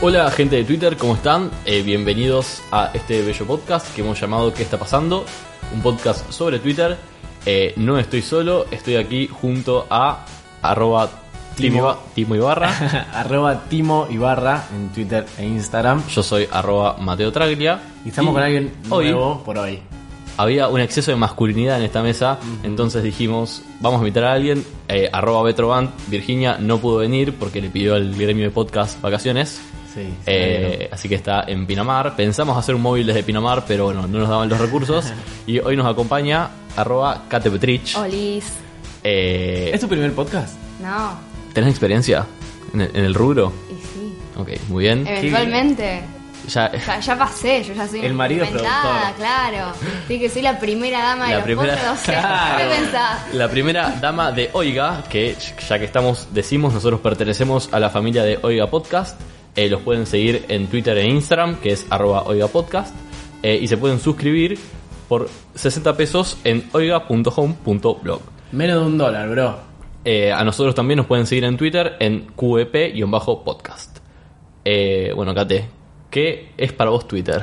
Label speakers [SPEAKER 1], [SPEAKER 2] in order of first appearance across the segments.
[SPEAKER 1] Hola gente de Twitter, ¿cómo están? Eh, bienvenidos a este bello podcast que hemos llamado ¿Qué está pasando? Un podcast sobre Twitter. Eh, no estoy solo, estoy aquí junto a arroba Timo,
[SPEAKER 2] Timo.
[SPEAKER 1] Iba- Timo Ibarra.
[SPEAKER 2] arroba Timo Ibarra en Twitter e Instagram.
[SPEAKER 1] Yo soy arroba Mateo Traglia.
[SPEAKER 2] Y estamos con alguien
[SPEAKER 1] hoy
[SPEAKER 2] nuevo por hoy.
[SPEAKER 1] había un exceso de masculinidad en esta mesa, entonces dijimos, vamos a invitar a alguien. Eh, arroba Betroband, Virginia no pudo venir porque le pidió al gremio de podcast vacaciones.
[SPEAKER 2] Sí, sí,
[SPEAKER 1] Eh, así que está en Pinamar. Pensamos hacer un móvil desde Pinamar, pero bueno, no nos daban los recursos. y hoy nos acompaña arroba Kate Petrich.
[SPEAKER 3] Oh, Olis.
[SPEAKER 1] Eh,
[SPEAKER 2] pero- ¿Es tu primer podcast?
[SPEAKER 3] No,
[SPEAKER 1] ¿Tenés experiencia en el, en el rubro?
[SPEAKER 3] y sí.
[SPEAKER 1] Ok, muy bien.
[SPEAKER 3] Eventualmente.
[SPEAKER 1] Ya,
[SPEAKER 3] O sea, Eh, ya pasé, yo ya soy
[SPEAKER 2] El marido es
[SPEAKER 3] inventada,
[SPEAKER 2] productor.
[SPEAKER 3] claro. Sí, que soy la primera dama de
[SPEAKER 1] La
[SPEAKER 3] los
[SPEAKER 1] primera-
[SPEAKER 3] podcasts.
[SPEAKER 2] Claro.
[SPEAKER 3] ¿Qué pensás?
[SPEAKER 1] la primera dama de Oiga, que ya que estamos, decimos, nosotros pertenecemos a la familia de Oiga Podcast. Eh, los pueden seguir en Twitter e Instagram, que es arroba Oiga Podcast. Eh, y se pueden suscribir por 60 pesos en oiga.home.blog.
[SPEAKER 2] Menos de un dólar, bro.
[SPEAKER 1] Eh, a nosotros también nos pueden seguir en Twitter en E QEP-podcast. Eh, bueno, Kate, ¿qué es para vos Twitter?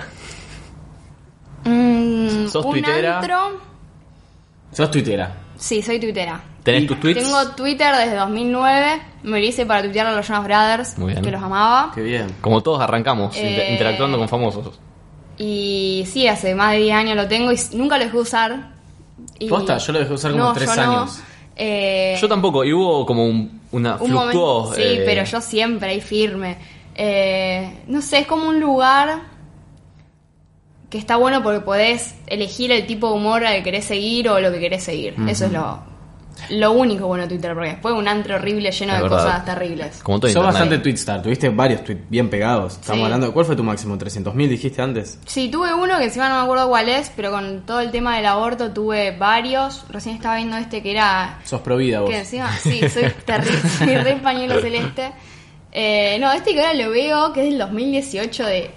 [SPEAKER 3] Mm,
[SPEAKER 1] ¿Sos
[SPEAKER 3] un
[SPEAKER 1] tuitera?
[SPEAKER 3] antro.
[SPEAKER 2] Sos tuitera.
[SPEAKER 3] Sí, soy tuitera.
[SPEAKER 1] ¿Tenés tus tweets?
[SPEAKER 3] Tengo Twitter desde 2009. Me lo hice para tuitear a los Jonas Brothers,
[SPEAKER 1] Muy bien.
[SPEAKER 3] que los amaba.
[SPEAKER 2] Qué bien.
[SPEAKER 1] Como todos arrancamos,
[SPEAKER 3] Eh,
[SPEAKER 1] inter- interactuando con famosos.
[SPEAKER 3] Y sí, hace más de 10 años lo tengo y s- nunca lo dejé usar. Y-
[SPEAKER 2] Posta, yo lo dejé usar como
[SPEAKER 3] No,
[SPEAKER 2] tres
[SPEAKER 3] yo no.
[SPEAKER 2] años.
[SPEAKER 3] Eh,
[SPEAKER 1] Yo tampoco, y hubo como un, una
[SPEAKER 3] un
[SPEAKER 1] Ah, fluctuó,
[SPEAKER 3] momento- sí,
[SPEAKER 1] eh,
[SPEAKER 3] pero yo siempre ahí firme. Eh, no sé, es como un lugar que está bueno porque podés elegir el tipo de humor al que querés seguir o lo que querés seguir. Eso es lo, lo único bueno de Twitter, porque después un antro horrible lleno
[SPEAKER 1] Es
[SPEAKER 3] de
[SPEAKER 1] verdad.
[SPEAKER 3] cosas terribles.
[SPEAKER 1] Como todo
[SPEAKER 2] Sos
[SPEAKER 1] internet.
[SPEAKER 2] bastante tweetstar, tuviste varios tweets bien pegados. Estamos
[SPEAKER 3] Sí.
[SPEAKER 2] hablando de cuál fue tu máximo, 300.000 dijiste antes.
[SPEAKER 3] Sí, tuve uno que encima no me acuerdo cuál es, pero con todo el tema del aborto tuve varios. Recién estaba viendo este que era
[SPEAKER 2] Sos pro vida vos.
[SPEAKER 3] Que encima, sí, soy terrible, soy re pañuelo celeste. Eh, no, este que ahora lo veo, que es del 2018 de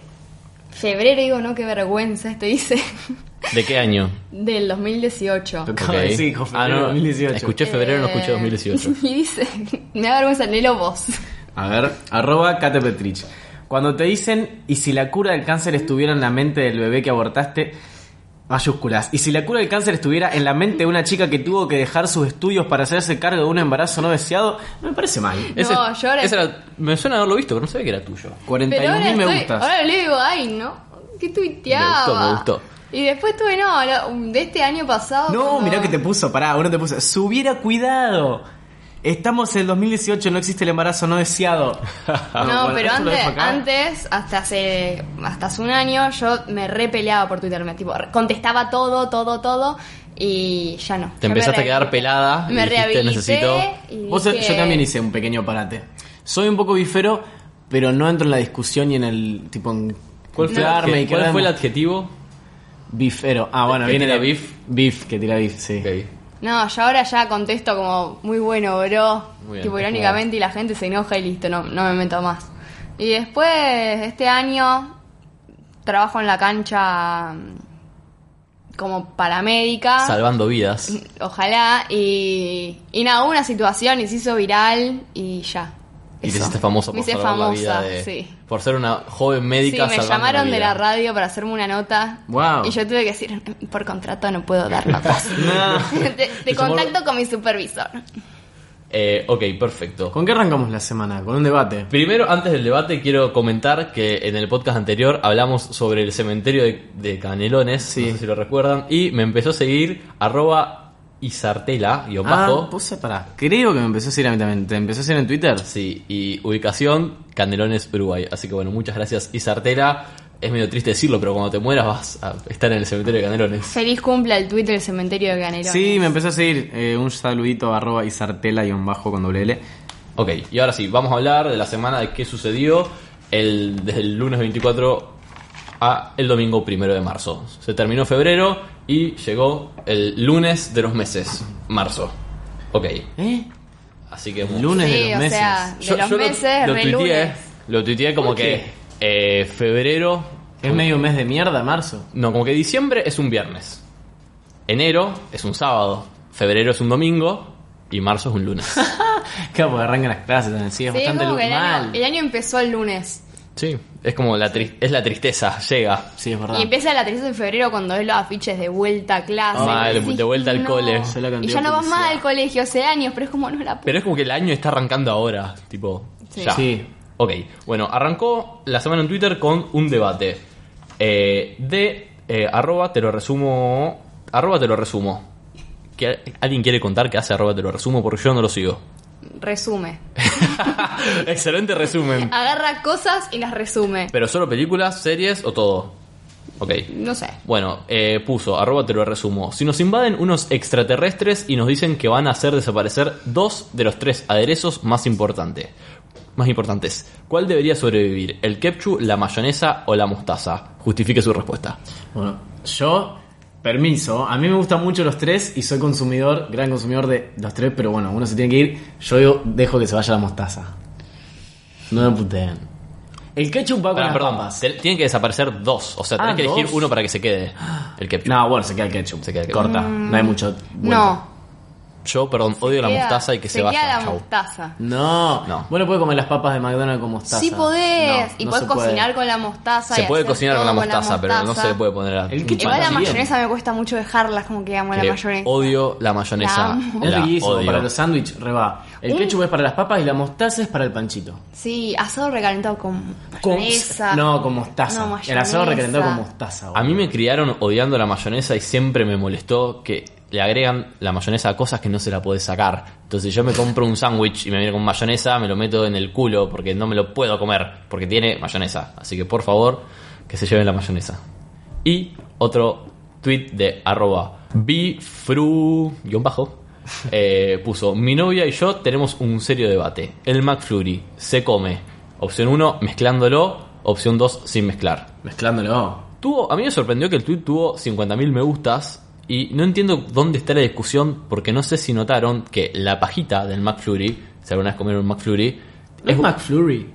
[SPEAKER 3] febrero, digo, no, qué vergüenza, este dice,
[SPEAKER 1] ¿De qué año?
[SPEAKER 3] del 2018.
[SPEAKER 2] Lo acabo de
[SPEAKER 1] Ok.
[SPEAKER 2] decir, hijo,
[SPEAKER 1] ah, no,
[SPEAKER 2] febrero 2018.
[SPEAKER 1] Escuché febrero, no escuché
[SPEAKER 3] Eh,
[SPEAKER 1] 2018.
[SPEAKER 3] Y dice, me da vergüenza, léelo vos.
[SPEAKER 2] A ver, arroba Kate Petrich. Cuando te dicen, y si la cura del cáncer estuviera en la mente del bebé que abortaste, mayúsculas, y si la cura del cáncer estuviera en la mente de una chica que tuvo que dejar sus estudios para hacerse cargo de un embarazo no deseado, no me parece mal.
[SPEAKER 3] No, yo ahora-
[SPEAKER 1] ese era- me suena haberlo visto, pero no sabía que era tuyo.
[SPEAKER 3] Pero ahora,
[SPEAKER 2] 41.000 me
[SPEAKER 3] estoy-
[SPEAKER 2] gustas.
[SPEAKER 3] ahora lo leo y digo, ay, no, qué tuiteaba.
[SPEAKER 1] Me gustó, me gustó.
[SPEAKER 3] Y después tuve, no, lo- de este año pasado.
[SPEAKER 2] No,
[SPEAKER 3] cuando-
[SPEAKER 2] mirá que te puso, pará, uno te puso, se hubiera cuidado. Estamos en el 2018, no existe el embarazo no deseado.
[SPEAKER 1] Ah,
[SPEAKER 3] No,
[SPEAKER 2] Bueno,
[SPEAKER 3] pero
[SPEAKER 2] esto lo
[SPEAKER 3] antes,
[SPEAKER 2] dejo acá.
[SPEAKER 3] antes, hasta hace, hasta hace un año, yo me repeleaba por Twitter, me tipo, re- contestaba todo, todo, todo, y ya no.
[SPEAKER 1] Te
[SPEAKER 3] Yo me
[SPEAKER 1] empezaste a quedar
[SPEAKER 3] rehabilité.
[SPEAKER 1] pelada y
[SPEAKER 3] Me
[SPEAKER 1] dijiste,
[SPEAKER 3] rehabilité.
[SPEAKER 1] "Necesito".
[SPEAKER 3] y
[SPEAKER 2] Vos sabés que
[SPEAKER 3] dije,
[SPEAKER 2] yo también hice un pequeño parate. Soy un poco bifero, pero no entro en la discusión y en el tipo en
[SPEAKER 1] ¿Cuál fue, el
[SPEAKER 2] inflarme
[SPEAKER 1] adje- cuál
[SPEAKER 2] y quedarme
[SPEAKER 1] fue el adjetivo?
[SPEAKER 2] bifero. Ah, bueno,
[SPEAKER 1] ¿Que
[SPEAKER 2] viene
[SPEAKER 1] tira
[SPEAKER 2] la
[SPEAKER 1] bif?
[SPEAKER 2] Bif, que tira bif, sí.
[SPEAKER 1] Ok.
[SPEAKER 3] No, yo ahora ya contesto como, muy bueno, bro,
[SPEAKER 1] Muy bien,
[SPEAKER 3] tipo
[SPEAKER 1] es
[SPEAKER 3] irónicamente, y la gente se enoja y listo, no, no me meto más. Y después, este año, trabajo en la cancha mm, como paramédica.
[SPEAKER 1] Salvando vidas.
[SPEAKER 3] Ojalá. Y, y nada, hubo una situación y se hizo viral y ya.
[SPEAKER 1] Y te
[SPEAKER 3] Eso.
[SPEAKER 1] hiciste famosa
[SPEAKER 3] Me
[SPEAKER 1] por
[SPEAKER 3] hice
[SPEAKER 1] salvar la vida
[SPEAKER 3] famosa,
[SPEAKER 1] de-
[SPEAKER 3] sí.
[SPEAKER 1] Por ser una joven
[SPEAKER 3] Sí,
[SPEAKER 1] médica
[SPEAKER 3] me
[SPEAKER 1] salvando
[SPEAKER 3] llamaron
[SPEAKER 1] una
[SPEAKER 3] de
[SPEAKER 1] vida.
[SPEAKER 3] la radio para hacerme una nota.
[SPEAKER 2] Wow.
[SPEAKER 3] Y yo tuve que decir, por contrato no puedo dar notas.
[SPEAKER 2] No.
[SPEAKER 3] te te
[SPEAKER 1] llamó-
[SPEAKER 3] contacto con mi supervisor.
[SPEAKER 1] Eh, ok, perfecto.
[SPEAKER 2] ¿Con qué arrancamos la semana? Con un debate.
[SPEAKER 1] Primero, antes del debate, quiero comentar que en el podcast anterior hablamos sobre el cementerio de, de Canelones, no sé si lo recuerdan, y me empezó a seguir arroba Isartela, guión
[SPEAKER 2] Ah,
[SPEAKER 1] bajo.
[SPEAKER 2] puse para. Creo que me empezó a decir a mí también. ¿Te empezó a decir en Twitter?
[SPEAKER 1] Sí, y ubicación, Canelones, Uruguay. Así que bueno, muchas gracias Isartela. Es medio triste decirlo, pero cuando te mueras vas a estar en el cementerio de Canelones.
[SPEAKER 3] Feliz cumple al Twitter del cementerio de Canelones.
[SPEAKER 2] Sí, me empezó a seguir eh, un saludito arroba y sartela y un bajo con doble L.
[SPEAKER 1] Ok, y ahora sí, vamos a hablar de la semana de qué sucedió el, desde el lunes 24 a el domingo primero de marzo. Se terminó febrero y llegó el lunes de los meses, marzo. Ok,
[SPEAKER 2] ¿Eh?
[SPEAKER 1] así que...
[SPEAKER 2] Lunes
[SPEAKER 3] Sí,
[SPEAKER 2] de los
[SPEAKER 3] o
[SPEAKER 2] meses.
[SPEAKER 3] sea, de los
[SPEAKER 1] lo-
[SPEAKER 3] meses,
[SPEAKER 1] lo,
[SPEAKER 3] re
[SPEAKER 1] tuiteé,
[SPEAKER 3] lunes.
[SPEAKER 1] lo tuiteé como
[SPEAKER 2] ¿Por
[SPEAKER 1] que
[SPEAKER 2] qué?
[SPEAKER 1] eh, febrero...
[SPEAKER 2] Es medio un mes de mierda, marzo.
[SPEAKER 1] No, como que diciembre es un viernes. Enero es un sábado. Febrero es un domingo. Y marzo es un lunes.
[SPEAKER 2] Claro, porque arrancan las clases en el sí, es
[SPEAKER 3] Sí,
[SPEAKER 2] bastante
[SPEAKER 3] como
[SPEAKER 2] lu-
[SPEAKER 3] que el año,
[SPEAKER 2] mal.
[SPEAKER 3] el año empezó el lunes.
[SPEAKER 1] sí, es como la, tris- es la tristeza, llega.
[SPEAKER 2] Sí, es verdad.
[SPEAKER 3] Y empieza la 13 de febrero cuando ves los afiches de vuelta a clase.
[SPEAKER 1] Ah,
[SPEAKER 3] Y
[SPEAKER 1] de-
[SPEAKER 3] decís,
[SPEAKER 1] de vuelta al cole.
[SPEAKER 2] Yo la
[SPEAKER 3] Y
[SPEAKER 2] cantidad
[SPEAKER 3] ya no vas
[SPEAKER 2] publicidad.
[SPEAKER 3] más al colegio hace años, pero es como no la puta.
[SPEAKER 1] Pero es como que el año está arrancando ahora, tipo.
[SPEAKER 3] Sí.
[SPEAKER 1] Ya.
[SPEAKER 2] Sí.
[SPEAKER 1] Ok, bueno, arrancó la semana en Twitter con un debate. eh, de eh, arroba te lo resumo. Arroba te lo resumo. Que, ¿Alguien quiere contar qué hace arroba te lo resumo? Porque yo no lo sigo.
[SPEAKER 3] Resume.
[SPEAKER 1] Excelente resumen.
[SPEAKER 3] Agarra cosas y las resume.
[SPEAKER 1] Pero solo películas, series o todo. Ok.
[SPEAKER 3] No sé.
[SPEAKER 1] Bueno, eh, puso, arroba te lo resumo. Si nos invaden unos extraterrestres y nos dicen que van a hacer desaparecer dos de los tres aderezos más importantes. Más importantes. ¿Cuál debería sobrevivir? ¿El ketchup, la mayonesa o la mostaza? Justifique su respuesta.
[SPEAKER 2] Bueno, yo, permiso, a mí me gustan mucho los tres y soy consumidor, gran consumidor de los tres, pero bueno, uno se tiene que ir. Yo digo, dejo que se vaya la mostaza. No me puteen. El ketchup va con
[SPEAKER 1] Pará,
[SPEAKER 2] las
[SPEAKER 1] perdón,
[SPEAKER 2] papas.
[SPEAKER 1] te- tienen que desaparecer dos. O sea,
[SPEAKER 2] Ah,
[SPEAKER 1] tenés que elegir
[SPEAKER 2] dos.
[SPEAKER 1] uno para que se quede. El ketchup.
[SPEAKER 2] No, bueno, se queda el ketchup. Mm.
[SPEAKER 1] Se queda el ketchup.
[SPEAKER 2] Corta, no hay mucho.
[SPEAKER 3] No.
[SPEAKER 1] Yo, perdón, odio la
[SPEAKER 3] Queda-
[SPEAKER 1] mostaza y que se,
[SPEAKER 3] queda
[SPEAKER 1] vaya.
[SPEAKER 3] la
[SPEAKER 1] Chau.
[SPEAKER 3] mostaza.
[SPEAKER 2] No.
[SPEAKER 1] No.
[SPEAKER 2] Bueno, puedes comer las papas de McDonald's con mostaza.
[SPEAKER 3] Sí podés.
[SPEAKER 2] No,
[SPEAKER 3] y
[SPEAKER 2] no
[SPEAKER 3] podés
[SPEAKER 2] se puede.
[SPEAKER 3] cocinar con la mostaza.
[SPEAKER 1] Se
[SPEAKER 3] y
[SPEAKER 1] puede
[SPEAKER 3] hacer
[SPEAKER 1] cocinar con la,
[SPEAKER 3] todo
[SPEAKER 1] mostaza, pero no se le puede poner a
[SPEAKER 2] El
[SPEAKER 1] un
[SPEAKER 2] ketchup
[SPEAKER 3] Igual la
[SPEAKER 2] Está bien.
[SPEAKER 3] mayonesa me cuesta mucho dejarlas como que amo la
[SPEAKER 1] Que
[SPEAKER 3] mayonesa.
[SPEAKER 1] Eh, Odio la mayonesa.
[SPEAKER 3] La amo.
[SPEAKER 2] Es
[SPEAKER 1] La
[SPEAKER 2] riquísimo,
[SPEAKER 1] odio.
[SPEAKER 2] para los sándwiches, reba. El
[SPEAKER 3] Un-
[SPEAKER 2] ketchup es para las papas y la mostaza es para el panchito.
[SPEAKER 3] Sí, asado recalentado con
[SPEAKER 2] Con-
[SPEAKER 3] mayonesa.
[SPEAKER 2] No, con mostaza.
[SPEAKER 3] No,
[SPEAKER 2] El asado
[SPEAKER 3] mayonesa.
[SPEAKER 2] recalentado con mostaza.
[SPEAKER 1] A
[SPEAKER 2] boludo.
[SPEAKER 1] mí me criaron odiando la mayonesa y siempre me molestó que le agregan la mayonesa a cosas que no se la puede sacar. Entonces yo me compro un sándwich y me viene con mayonesa, me lo meto en el culo porque no me lo puedo comer, porque tiene mayonesa. Así que por favor, que se lleven la mayonesa. Y otro tweet de arroba bifru guión bajo, eh, puso, mi novia y yo tenemos un serio debate. El McFlurry se come. Opción 1, mezclándolo. Opción 2, sin mezclar.
[SPEAKER 2] Mezclándolo.
[SPEAKER 1] Tuvo, a mí me sorprendió que el tweet tuvo 50.000 me gustas y no entiendo dónde está la discusión porque no sé si notaron que la pajita del McFlurry, si alguna vez comieron un McFlurry,
[SPEAKER 2] Es McFlurry.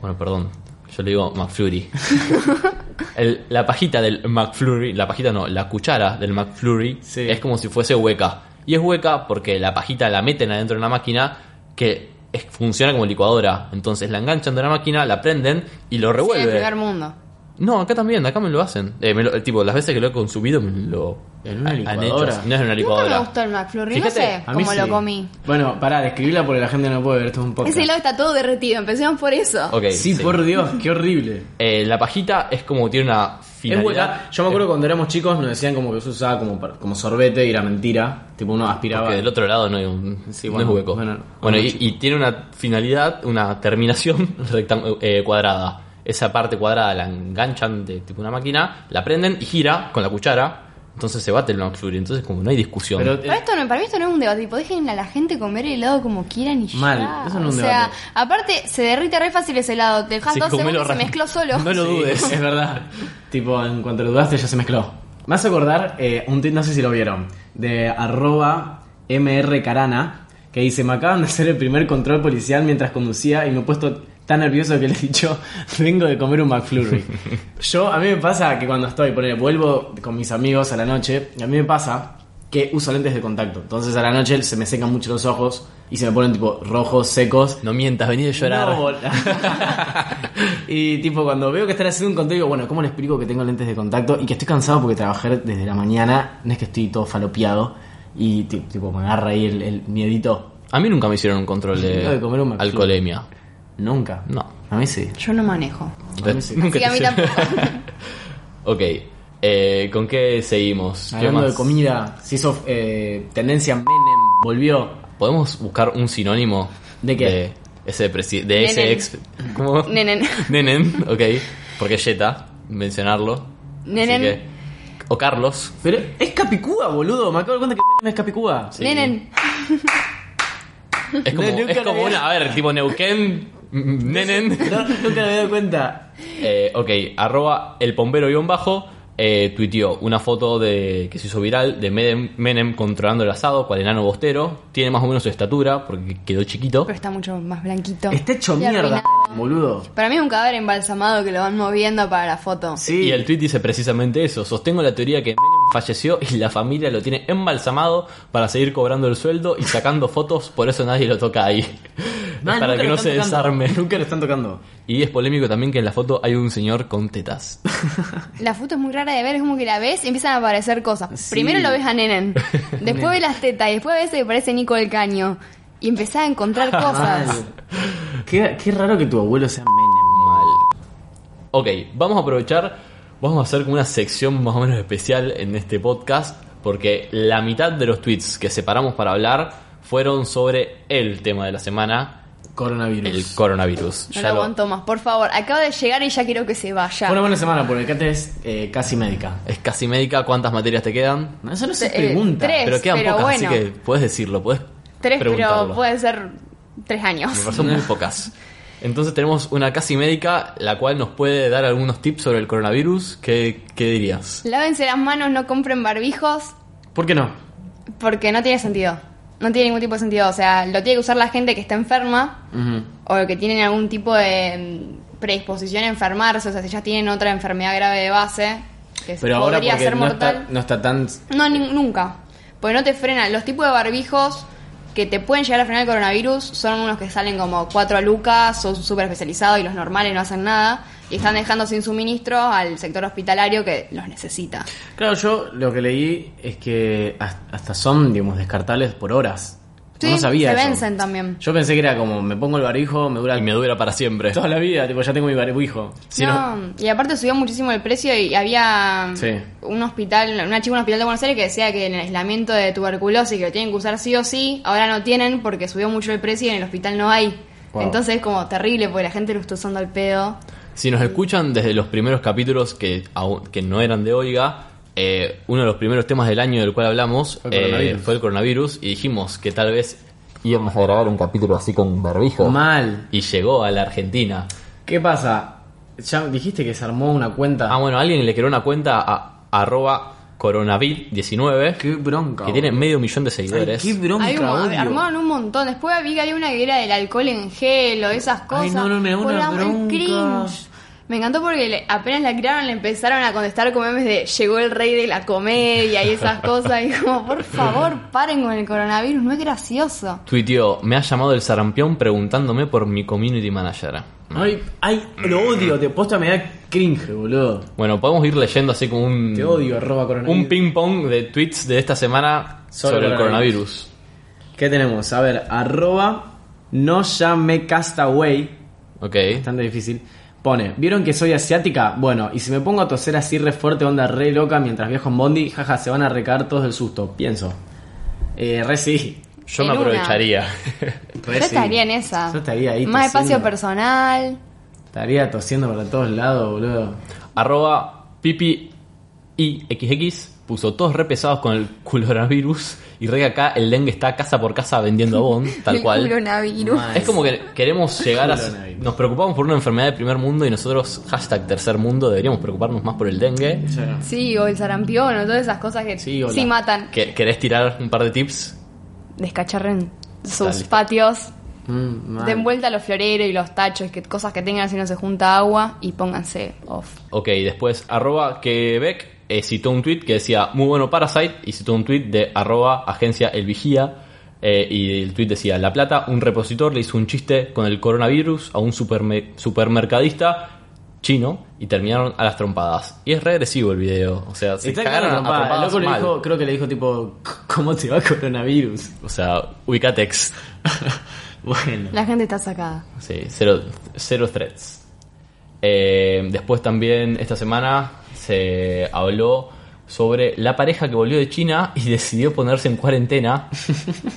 [SPEAKER 1] bueno, perdón, yo le digo McFlurry. El- la pajita del McFlurry, la pajita no, la cuchara del McFlurry
[SPEAKER 2] Sí.
[SPEAKER 1] es como si fuese hueca. Y es hueca porque la pajita la meten adentro de una máquina que es- funciona como licuadora. Entonces la enganchan de la máquina, la prenden y lo
[SPEAKER 3] Sí,
[SPEAKER 1] revuelven.
[SPEAKER 3] el primer mundo.
[SPEAKER 1] No, acá también, acá me lo hacen. Eh, me lo- tipo, las veces que lo he consumido me lo
[SPEAKER 2] En una
[SPEAKER 1] han
[SPEAKER 2] licuadora.
[SPEAKER 1] hecho. No es en una
[SPEAKER 3] Nunca
[SPEAKER 1] licuadora.
[SPEAKER 3] me gustó el McFlurry,
[SPEAKER 1] Fíjate,
[SPEAKER 3] no sé
[SPEAKER 2] A mí
[SPEAKER 3] cómo
[SPEAKER 2] sí.
[SPEAKER 3] lo comí.
[SPEAKER 2] Bueno, pará, describirla porque la gente no puede ver. Esto es un poco.
[SPEAKER 3] Ese helado está todo derretido, empecemos por eso.
[SPEAKER 1] Ok,
[SPEAKER 2] sí, por Dios, qué horrible.
[SPEAKER 1] Eh, la pajita es como tiene una
[SPEAKER 2] Es
[SPEAKER 1] finalidad.
[SPEAKER 2] hueca. Yo me acuerdo cuando éramos chicos nos decían como que se usaba como, para- como sorbete y era mentira. Tipo uno aspiraba.
[SPEAKER 1] Porque del otro lado no, hay un-
[SPEAKER 2] Sí,
[SPEAKER 1] no
[SPEAKER 2] bueno,
[SPEAKER 1] es hueco.
[SPEAKER 2] bueno,
[SPEAKER 1] Bueno,
[SPEAKER 2] no.
[SPEAKER 1] y, y tiene una finalidad, una terminación rectan- eh, cuadrada. Esa parte cuadrada la enganchan de tipo una máquina, la prenden y gira con la cuchara. Entonces se bate el McFlurry. Entonces, como no hay discusión.
[SPEAKER 2] Pero
[SPEAKER 3] Pero
[SPEAKER 2] eh,
[SPEAKER 3] esto no, para mí esto no es un debate, tipo, dejen a la gente comer el helado como quieran y ya.
[SPEAKER 2] Mal, eso no es un
[SPEAKER 3] O sea,
[SPEAKER 2] debate.
[SPEAKER 3] aparte se derrite re fácil ese helado, te dejas
[SPEAKER 1] Así que
[SPEAKER 3] dos
[SPEAKER 1] comelo
[SPEAKER 3] segundos y se
[SPEAKER 1] rápido.
[SPEAKER 3] mezcló solo.
[SPEAKER 1] No lo
[SPEAKER 2] sí,
[SPEAKER 1] dudes.
[SPEAKER 2] Es verdad. tipo, en cuanto lo dudaste ya se mezcló. Me hace acordar eh, un tweet, no sé si lo vieron, de arroba mrcarana, que dice, me acaban de hacer el primer control policial mientras conducía y me he puesto tan nervioso que le he dicho, vengo de comer un McFlurry. Yo, a mí me pasa que cuando estoy, ponele, vuelvo con mis amigos a la noche, y a mí me pasa que uso lentes de contacto. Entonces a la noche se me secan mucho los ojos y se me ponen tipo rojos, secos,
[SPEAKER 1] No mientas, vení de llorar.
[SPEAKER 2] no, bol- y tipo, cuando veo que están haciendo un contenido, bueno, ¿cómo le explico que tengo lentes de contacto y que estoy cansado porque trabajé desde la mañana? No es que estoy todo falopeado y ti- tipo, me agarra ahí el, el miedito.
[SPEAKER 1] A mí nunca me hicieron un control de,
[SPEAKER 2] Lo de comer un McFlurry.
[SPEAKER 1] alcoholemia.
[SPEAKER 2] Nunca.
[SPEAKER 1] No.
[SPEAKER 2] A mí sí.
[SPEAKER 3] Yo no manejo.
[SPEAKER 2] A mí Ah, sí.
[SPEAKER 1] Nunca
[SPEAKER 3] Así que a
[SPEAKER 1] te
[SPEAKER 3] mí
[SPEAKER 1] hicieron.
[SPEAKER 3] tampoco.
[SPEAKER 1] ok. eh, ¿Con qué seguimos? ¿Qué
[SPEAKER 2] Hablando
[SPEAKER 1] más?
[SPEAKER 2] de comida, se hizo eh, tendencia Menem, volvió.
[SPEAKER 1] ¿Podemos buscar un sinónimo?
[SPEAKER 2] ¿De qué?
[SPEAKER 1] De ese, presi- de ese
[SPEAKER 3] Nenen.
[SPEAKER 1] ex... ¿Cómo?
[SPEAKER 3] Nenen.
[SPEAKER 1] Nenen, ok. Porque es Jetta, mencionarlo.
[SPEAKER 3] Nenen.
[SPEAKER 1] Así que- o Carlos.
[SPEAKER 2] Pero es Capicúa, boludo. Me acabo de dar cuenta que Menem es Capicúa.
[SPEAKER 1] Sí.
[SPEAKER 3] Nenen,
[SPEAKER 1] Es como,
[SPEAKER 2] No, nunca
[SPEAKER 1] es
[SPEAKER 2] lo
[SPEAKER 1] como
[SPEAKER 2] había-
[SPEAKER 1] una... A ver, tipo Neuquén Mm, Nenen.
[SPEAKER 2] No, nunca me había dado cuenta.
[SPEAKER 1] Eh, ok, arroba el pombero guión bajo eh, tuiteó una foto de que se hizo viral de Menem, Menem controlando el asado, cual enano bostero. Tiene más o menos su estatura, porque quedó chiquito.
[SPEAKER 3] Pero está mucho más blanquito.
[SPEAKER 2] Está hecho
[SPEAKER 3] Y
[SPEAKER 2] mierda,
[SPEAKER 3] arruinado.
[SPEAKER 2] boludo.
[SPEAKER 3] Para mí es un cadáver embalsamado que lo van moviendo para la foto.
[SPEAKER 2] Sí.
[SPEAKER 1] Y el tweet dice precisamente eso. Sostengo la teoría que Menem falleció y la familia lo tiene embalsamado para seguir cobrando el sueldo y sacando fotos, por eso nadie lo toca ahí.
[SPEAKER 2] Mal,
[SPEAKER 1] para que
[SPEAKER 2] nunca lo
[SPEAKER 1] no
[SPEAKER 2] están
[SPEAKER 1] se
[SPEAKER 2] tocando.
[SPEAKER 1] desarme.
[SPEAKER 2] Nunca lo están tocando.
[SPEAKER 1] Y es polémico también que en la foto hay un señor con tetas.
[SPEAKER 3] La foto es muy rara de ver, es como que la ves y empiezan a aparecer cosas.
[SPEAKER 2] Sí.
[SPEAKER 3] Primero lo ves a Nenen, después ves las tetas y después ves que parece Nico el Caño. Y empezás a encontrar cosas.
[SPEAKER 2] Mal. Qué, qué raro que tu abuelo sea Menem.
[SPEAKER 1] Mal. Ok, vamos a aprovechar, vamos a hacer como una sección más o menos especial en este podcast, porque la mitad de los tweets que separamos para hablar fueron sobre el tema de la semana,
[SPEAKER 2] Coronavirus.
[SPEAKER 1] el coronavirus.
[SPEAKER 3] No
[SPEAKER 1] Ya
[SPEAKER 3] lo
[SPEAKER 1] lo-
[SPEAKER 3] aguanto más, por favor. Acabo de llegar y ya quiero que se vaya.
[SPEAKER 2] Fue una buena semana porque Kate es eh, casi médica.
[SPEAKER 1] Es casi médica, ¿cuántas materias te quedan?
[SPEAKER 2] No, Eso no se
[SPEAKER 3] Eh,
[SPEAKER 2] pregunta.
[SPEAKER 3] tres.
[SPEAKER 1] Pero quedan
[SPEAKER 3] pero
[SPEAKER 1] pocas, así
[SPEAKER 3] bueno.
[SPEAKER 1] que puedes decirlo, puedes
[SPEAKER 3] tres, pero
[SPEAKER 1] preguntarlo.
[SPEAKER 3] puede ser tres años.
[SPEAKER 1] Me parecen muy pocas. Entonces tenemos una casi médica, la cual nos puede dar algunos tips sobre el coronavirus. ¿Qué, qué
[SPEAKER 2] Mm.
[SPEAKER 1] dirías?
[SPEAKER 3] Lávense las manos, no compren barbijos,
[SPEAKER 2] ¿Por qué no?
[SPEAKER 3] porque no tiene sentido. No tiene ningún tipo de sentido. O sea, lo tiene que usar la gente que está enferma
[SPEAKER 2] Ujú.
[SPEAKER 3] o que tienen algún tipo de mm, predisposición a enfermarse. O sea, si ya tienen otra enfermedad grave de base, que
[SPEAKER 2] Pero ahora
[SPEAKER 3] podría
[SPEAKER 2] porque
[SPEAKER 3] ser
[SPEAKER 2] no, está,
[SPEAKER 3] mortal.
[SPEAKER 2] no está tan...
[SPEAKER 3] No, ni- nunca. Porque no te frenan. Los tipos de barbijos que te pueden llegar a frenar el coronavirus son unos que salen como 4 lucas, son súper especializados y los normales no hacen nada. Y están dejando sin suministro al sector hospitalario que los necesita.
[SPEAKER 2] Claro, yo lo que leí es que has- hasta son, digamos, descartables por horas.
[SPEAKER 3] Sí,
[SPEAKER 2] no sabía
[SPEAKER 3] se
[SPEAKER 2] eso.
[SPEAKER 3] vencen también.
[SPEAKER 2] Yo pensé que era como, me pongo el barbijo, me dura
[SPEAKER 1] Y me dura para siempre.
[SPEAKER 2] toda la vida, tipo, ya tengo mi barbijo.
[SPEAKER 1] Si
[SPEAKER 3] no, y aparte subió muchísimo el precio y había
[SPEAKER 2] Sí.
[SPEAKER 3] un hospital, una chica en un hospital de Buenos Aires que decía que en el aislamiento de tuberculosis que lo tienen que usar sí o sí, ahora no tienen porque subió mucho el precio y en el hospital no hay.
[SPEAKER 2] Wow.
[SPEAKER 3] Entonces es como terrible porque la gente lo está usando al pedo.
[SPEAKER 1] Si nos escuchan desde los primeros capítulos que, aún- que no eran de Oiga, eh, uno de los primeros temas del año del cual hablamos
[SPEAKER 2] Fue
[SPEAKER 1] fue
[SPEAKER 2] el
[SPEAKER 1] el,
[SPEAKER 2] coronavirus.
[SPEAKER 1] fue el coronavirus y dijimos que tal vez íbamos a grabar un capítulo así con barbijo.
[SPEAKER 2] Mal.
[SPEAKER 1] Y llegó a la Argentina.
[SPEAKER 2] ¿Qué pasa? Ya dijiste que se armó una cuenta.
[SPEAKER 1] Ah, bueno, alguien le creó una cuenta a arroba coronavir19
[SPEAKER 2] qué bronca.
[SPEAKER 1] que tiene
[SPEAKER 2] boludo.
[SPEAKER 1] medio millón de
[SPEAKER 2] Ay,
[SPEAKER 1] seguidores.
[SPEAKER 2] qué bronca,
[SPEAKER 3] Hay un-
[SPEAKER 2] odio.
[SPEAKER 3] armaron un montón. Después vi que había una que era del alcohol en gel o esas cosas.
[SPEAKER 2] Ay, no, no, me da
[SPEAKER 3] Por
[SPEAKER 2] una
[SPEAKER 3] am- el
[SPEAKER 2] bronca.
[SPEAKER 3] cringe. Me encantó porque le- apenas la crearon le empezaron a contestar con memes de llegó el rey de la comedia y esas cosas. Y como, por favor, paren con el coronavirus, no es gracioso.
[SPEAKER 1] Tuiteó, me ha llamado el sarampión preguntándome por mi community manager.
[SPEAKER 2] Ay, ay, lo odio, te posta me da cringe, boludo.
[SPEAKER 1] Bueno, podemos ir leyendo así como un...
[SPEAKER 2] Te odio, arroba coronavirus.
[SPEAKER 1] Un ping pong de tweets de esta semana
[SPEAKER 2] Sobre
[SPEAKER 1] sobre,
[SPEAKER 2] el
[SPEAKER 1] el coronavirus.
[SPEAKER 2] ¿Qué tenemos? A ver, arroba no llame castaway.
[SPEAKER 1] Ok.
[SPEAKER 2] Bastante difícil. Pone, ¿vieron que soy asiática? Bueno, y si me pongo a toser así re fuerte, onda re loca mientras viajo en Bondi, jaja, se van a recaer todos del susto, pienso. Eh, re sí.
[SPEAKER 1] Yo me
[SPEAKER 3] En una.
[SPEAKER 1] aprovecharía.
[SPEAKER 2] Re
[SPEAKER 3] Yo
[SPEAKER 2] sí.
[SPEAKER 3] estaría en esa.
[SPEAKER 2] Yo estaría ahí.
[SPEAKER 3] Más
[SPEAKER 2] tosiendo.
[SPEAKER 3] espacio personal.
[SPEAKER 2] Estaría tosiendo para todos lados, boludo.
[SPEAKER 1] Arroba pipi y xx puso todos repesados con el coronavirus y re acá el dengue está casa por casa vendiendo abón, tal
[SPEAKER 3] el
[SPEAKER 1] cual.
[SPEAKER 3] coronavirus.
[SPEAKER 2] Mal.
[SPEAKER 1] Es como que queremos llegar a...
[SPEAKER 2] Coronavirus.
[SPEAKER 1] Nos preocupamos por una enfermedad de primer mundo y nosotros, hashtag tercer mundo, deberíamos preocuparnos más por el dengue.
[SPEAKER 3] Sí, o el sarampión o todas esas cosas que
[SPEAKER 2] Sí,
[SPEAKER 3] sí,
[SPEAKER 2] o la-
[SPEAKER 3] matan.
[SPEAKER 1] ¿Que- ¿Querés tirar un par de tips?
[SPEAKER 3] Descacharren sus
[SPEAKER 1] listo.
[SPEAKER 3] patios.
[SPEAKER 2] Mm, mal.
[SPEAKER 3] Den vuelta los floreros y los tachos, que cosas que tengan si no se junta agua y pónganse off.
[SPEAKER 1] Ok, después arroba Quebec eh, citó un tweet que decía muy bueno Parasite y citó un tweet de arroba agencia El Vigía eh, y el tweet decía La Plata, un repositor le hizo un chiste con el coronavirus a un superme- supermercadista chino y terminaron a las trompadas. Y es regresivo el video, o sea, se
[SPEAKER 2] Está
[SPEAKER 1] cagaron
[SPEAKER 2] cagando
[SPEAKER 1] a trompadas
[SPEAKER 2] loco le
[SPEAKER 1] mal.
[SPEAKER 2] dijo, creo que le dijo tipo, ¿cómo te va coronavirus?
[SPEAKER 1] O sea, ubicatex.
[SPEAKER 2] bueno.
[SPEAKER 3] La gente está sacada.
[SPEAKER 1] Sí, cero, cero threats. Eh, después también esta semana se habló sobre la pareja que volvió de China y decidió ponerse en cuarentena.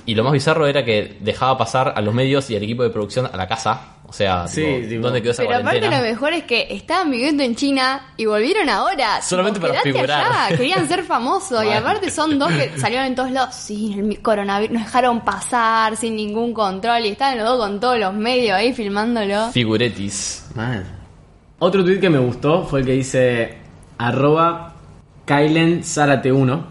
[SPEAKER 1] Y lo más bizarro era que dejaba pasar a los medios y al equipo de producción a la casa. O sea,
[SPEAKER 2] Sí,
[SPEAKER 1] tipo,
[SPEAKER 2] tipo-
[SPEAKER 1] ¿dónde quedó esa
[SPEAKER 3] Pero aparte
[SPEAKER 1] cuarentena?
[SPEAKER 3] lo mejor es que estaban viviendo en China y volvieron ahora.
[SPEAKER 1] Solamente
[SPEAKER 3] Tipo,
[SPEAKER 1] para
[SPEAKER 3] quedate
[SPEAKER 1] figurar.
[SPEAKER 3] allá, Querían ser famosos y
[SPEAKER 1] Mal.
[SPEAKER 3] aparte son dos que salieron en todos lados. Sí, el mi- coronavirus nos dejaron pasar sin ningún control y estaban los dos con todos los medios ahí filmándolo.
[SPEAKER 1] Figuretis.
[SPEAKER 2] Mal. Otro tweet que me gustó fue el que dice arroba Kylen Zárate 1.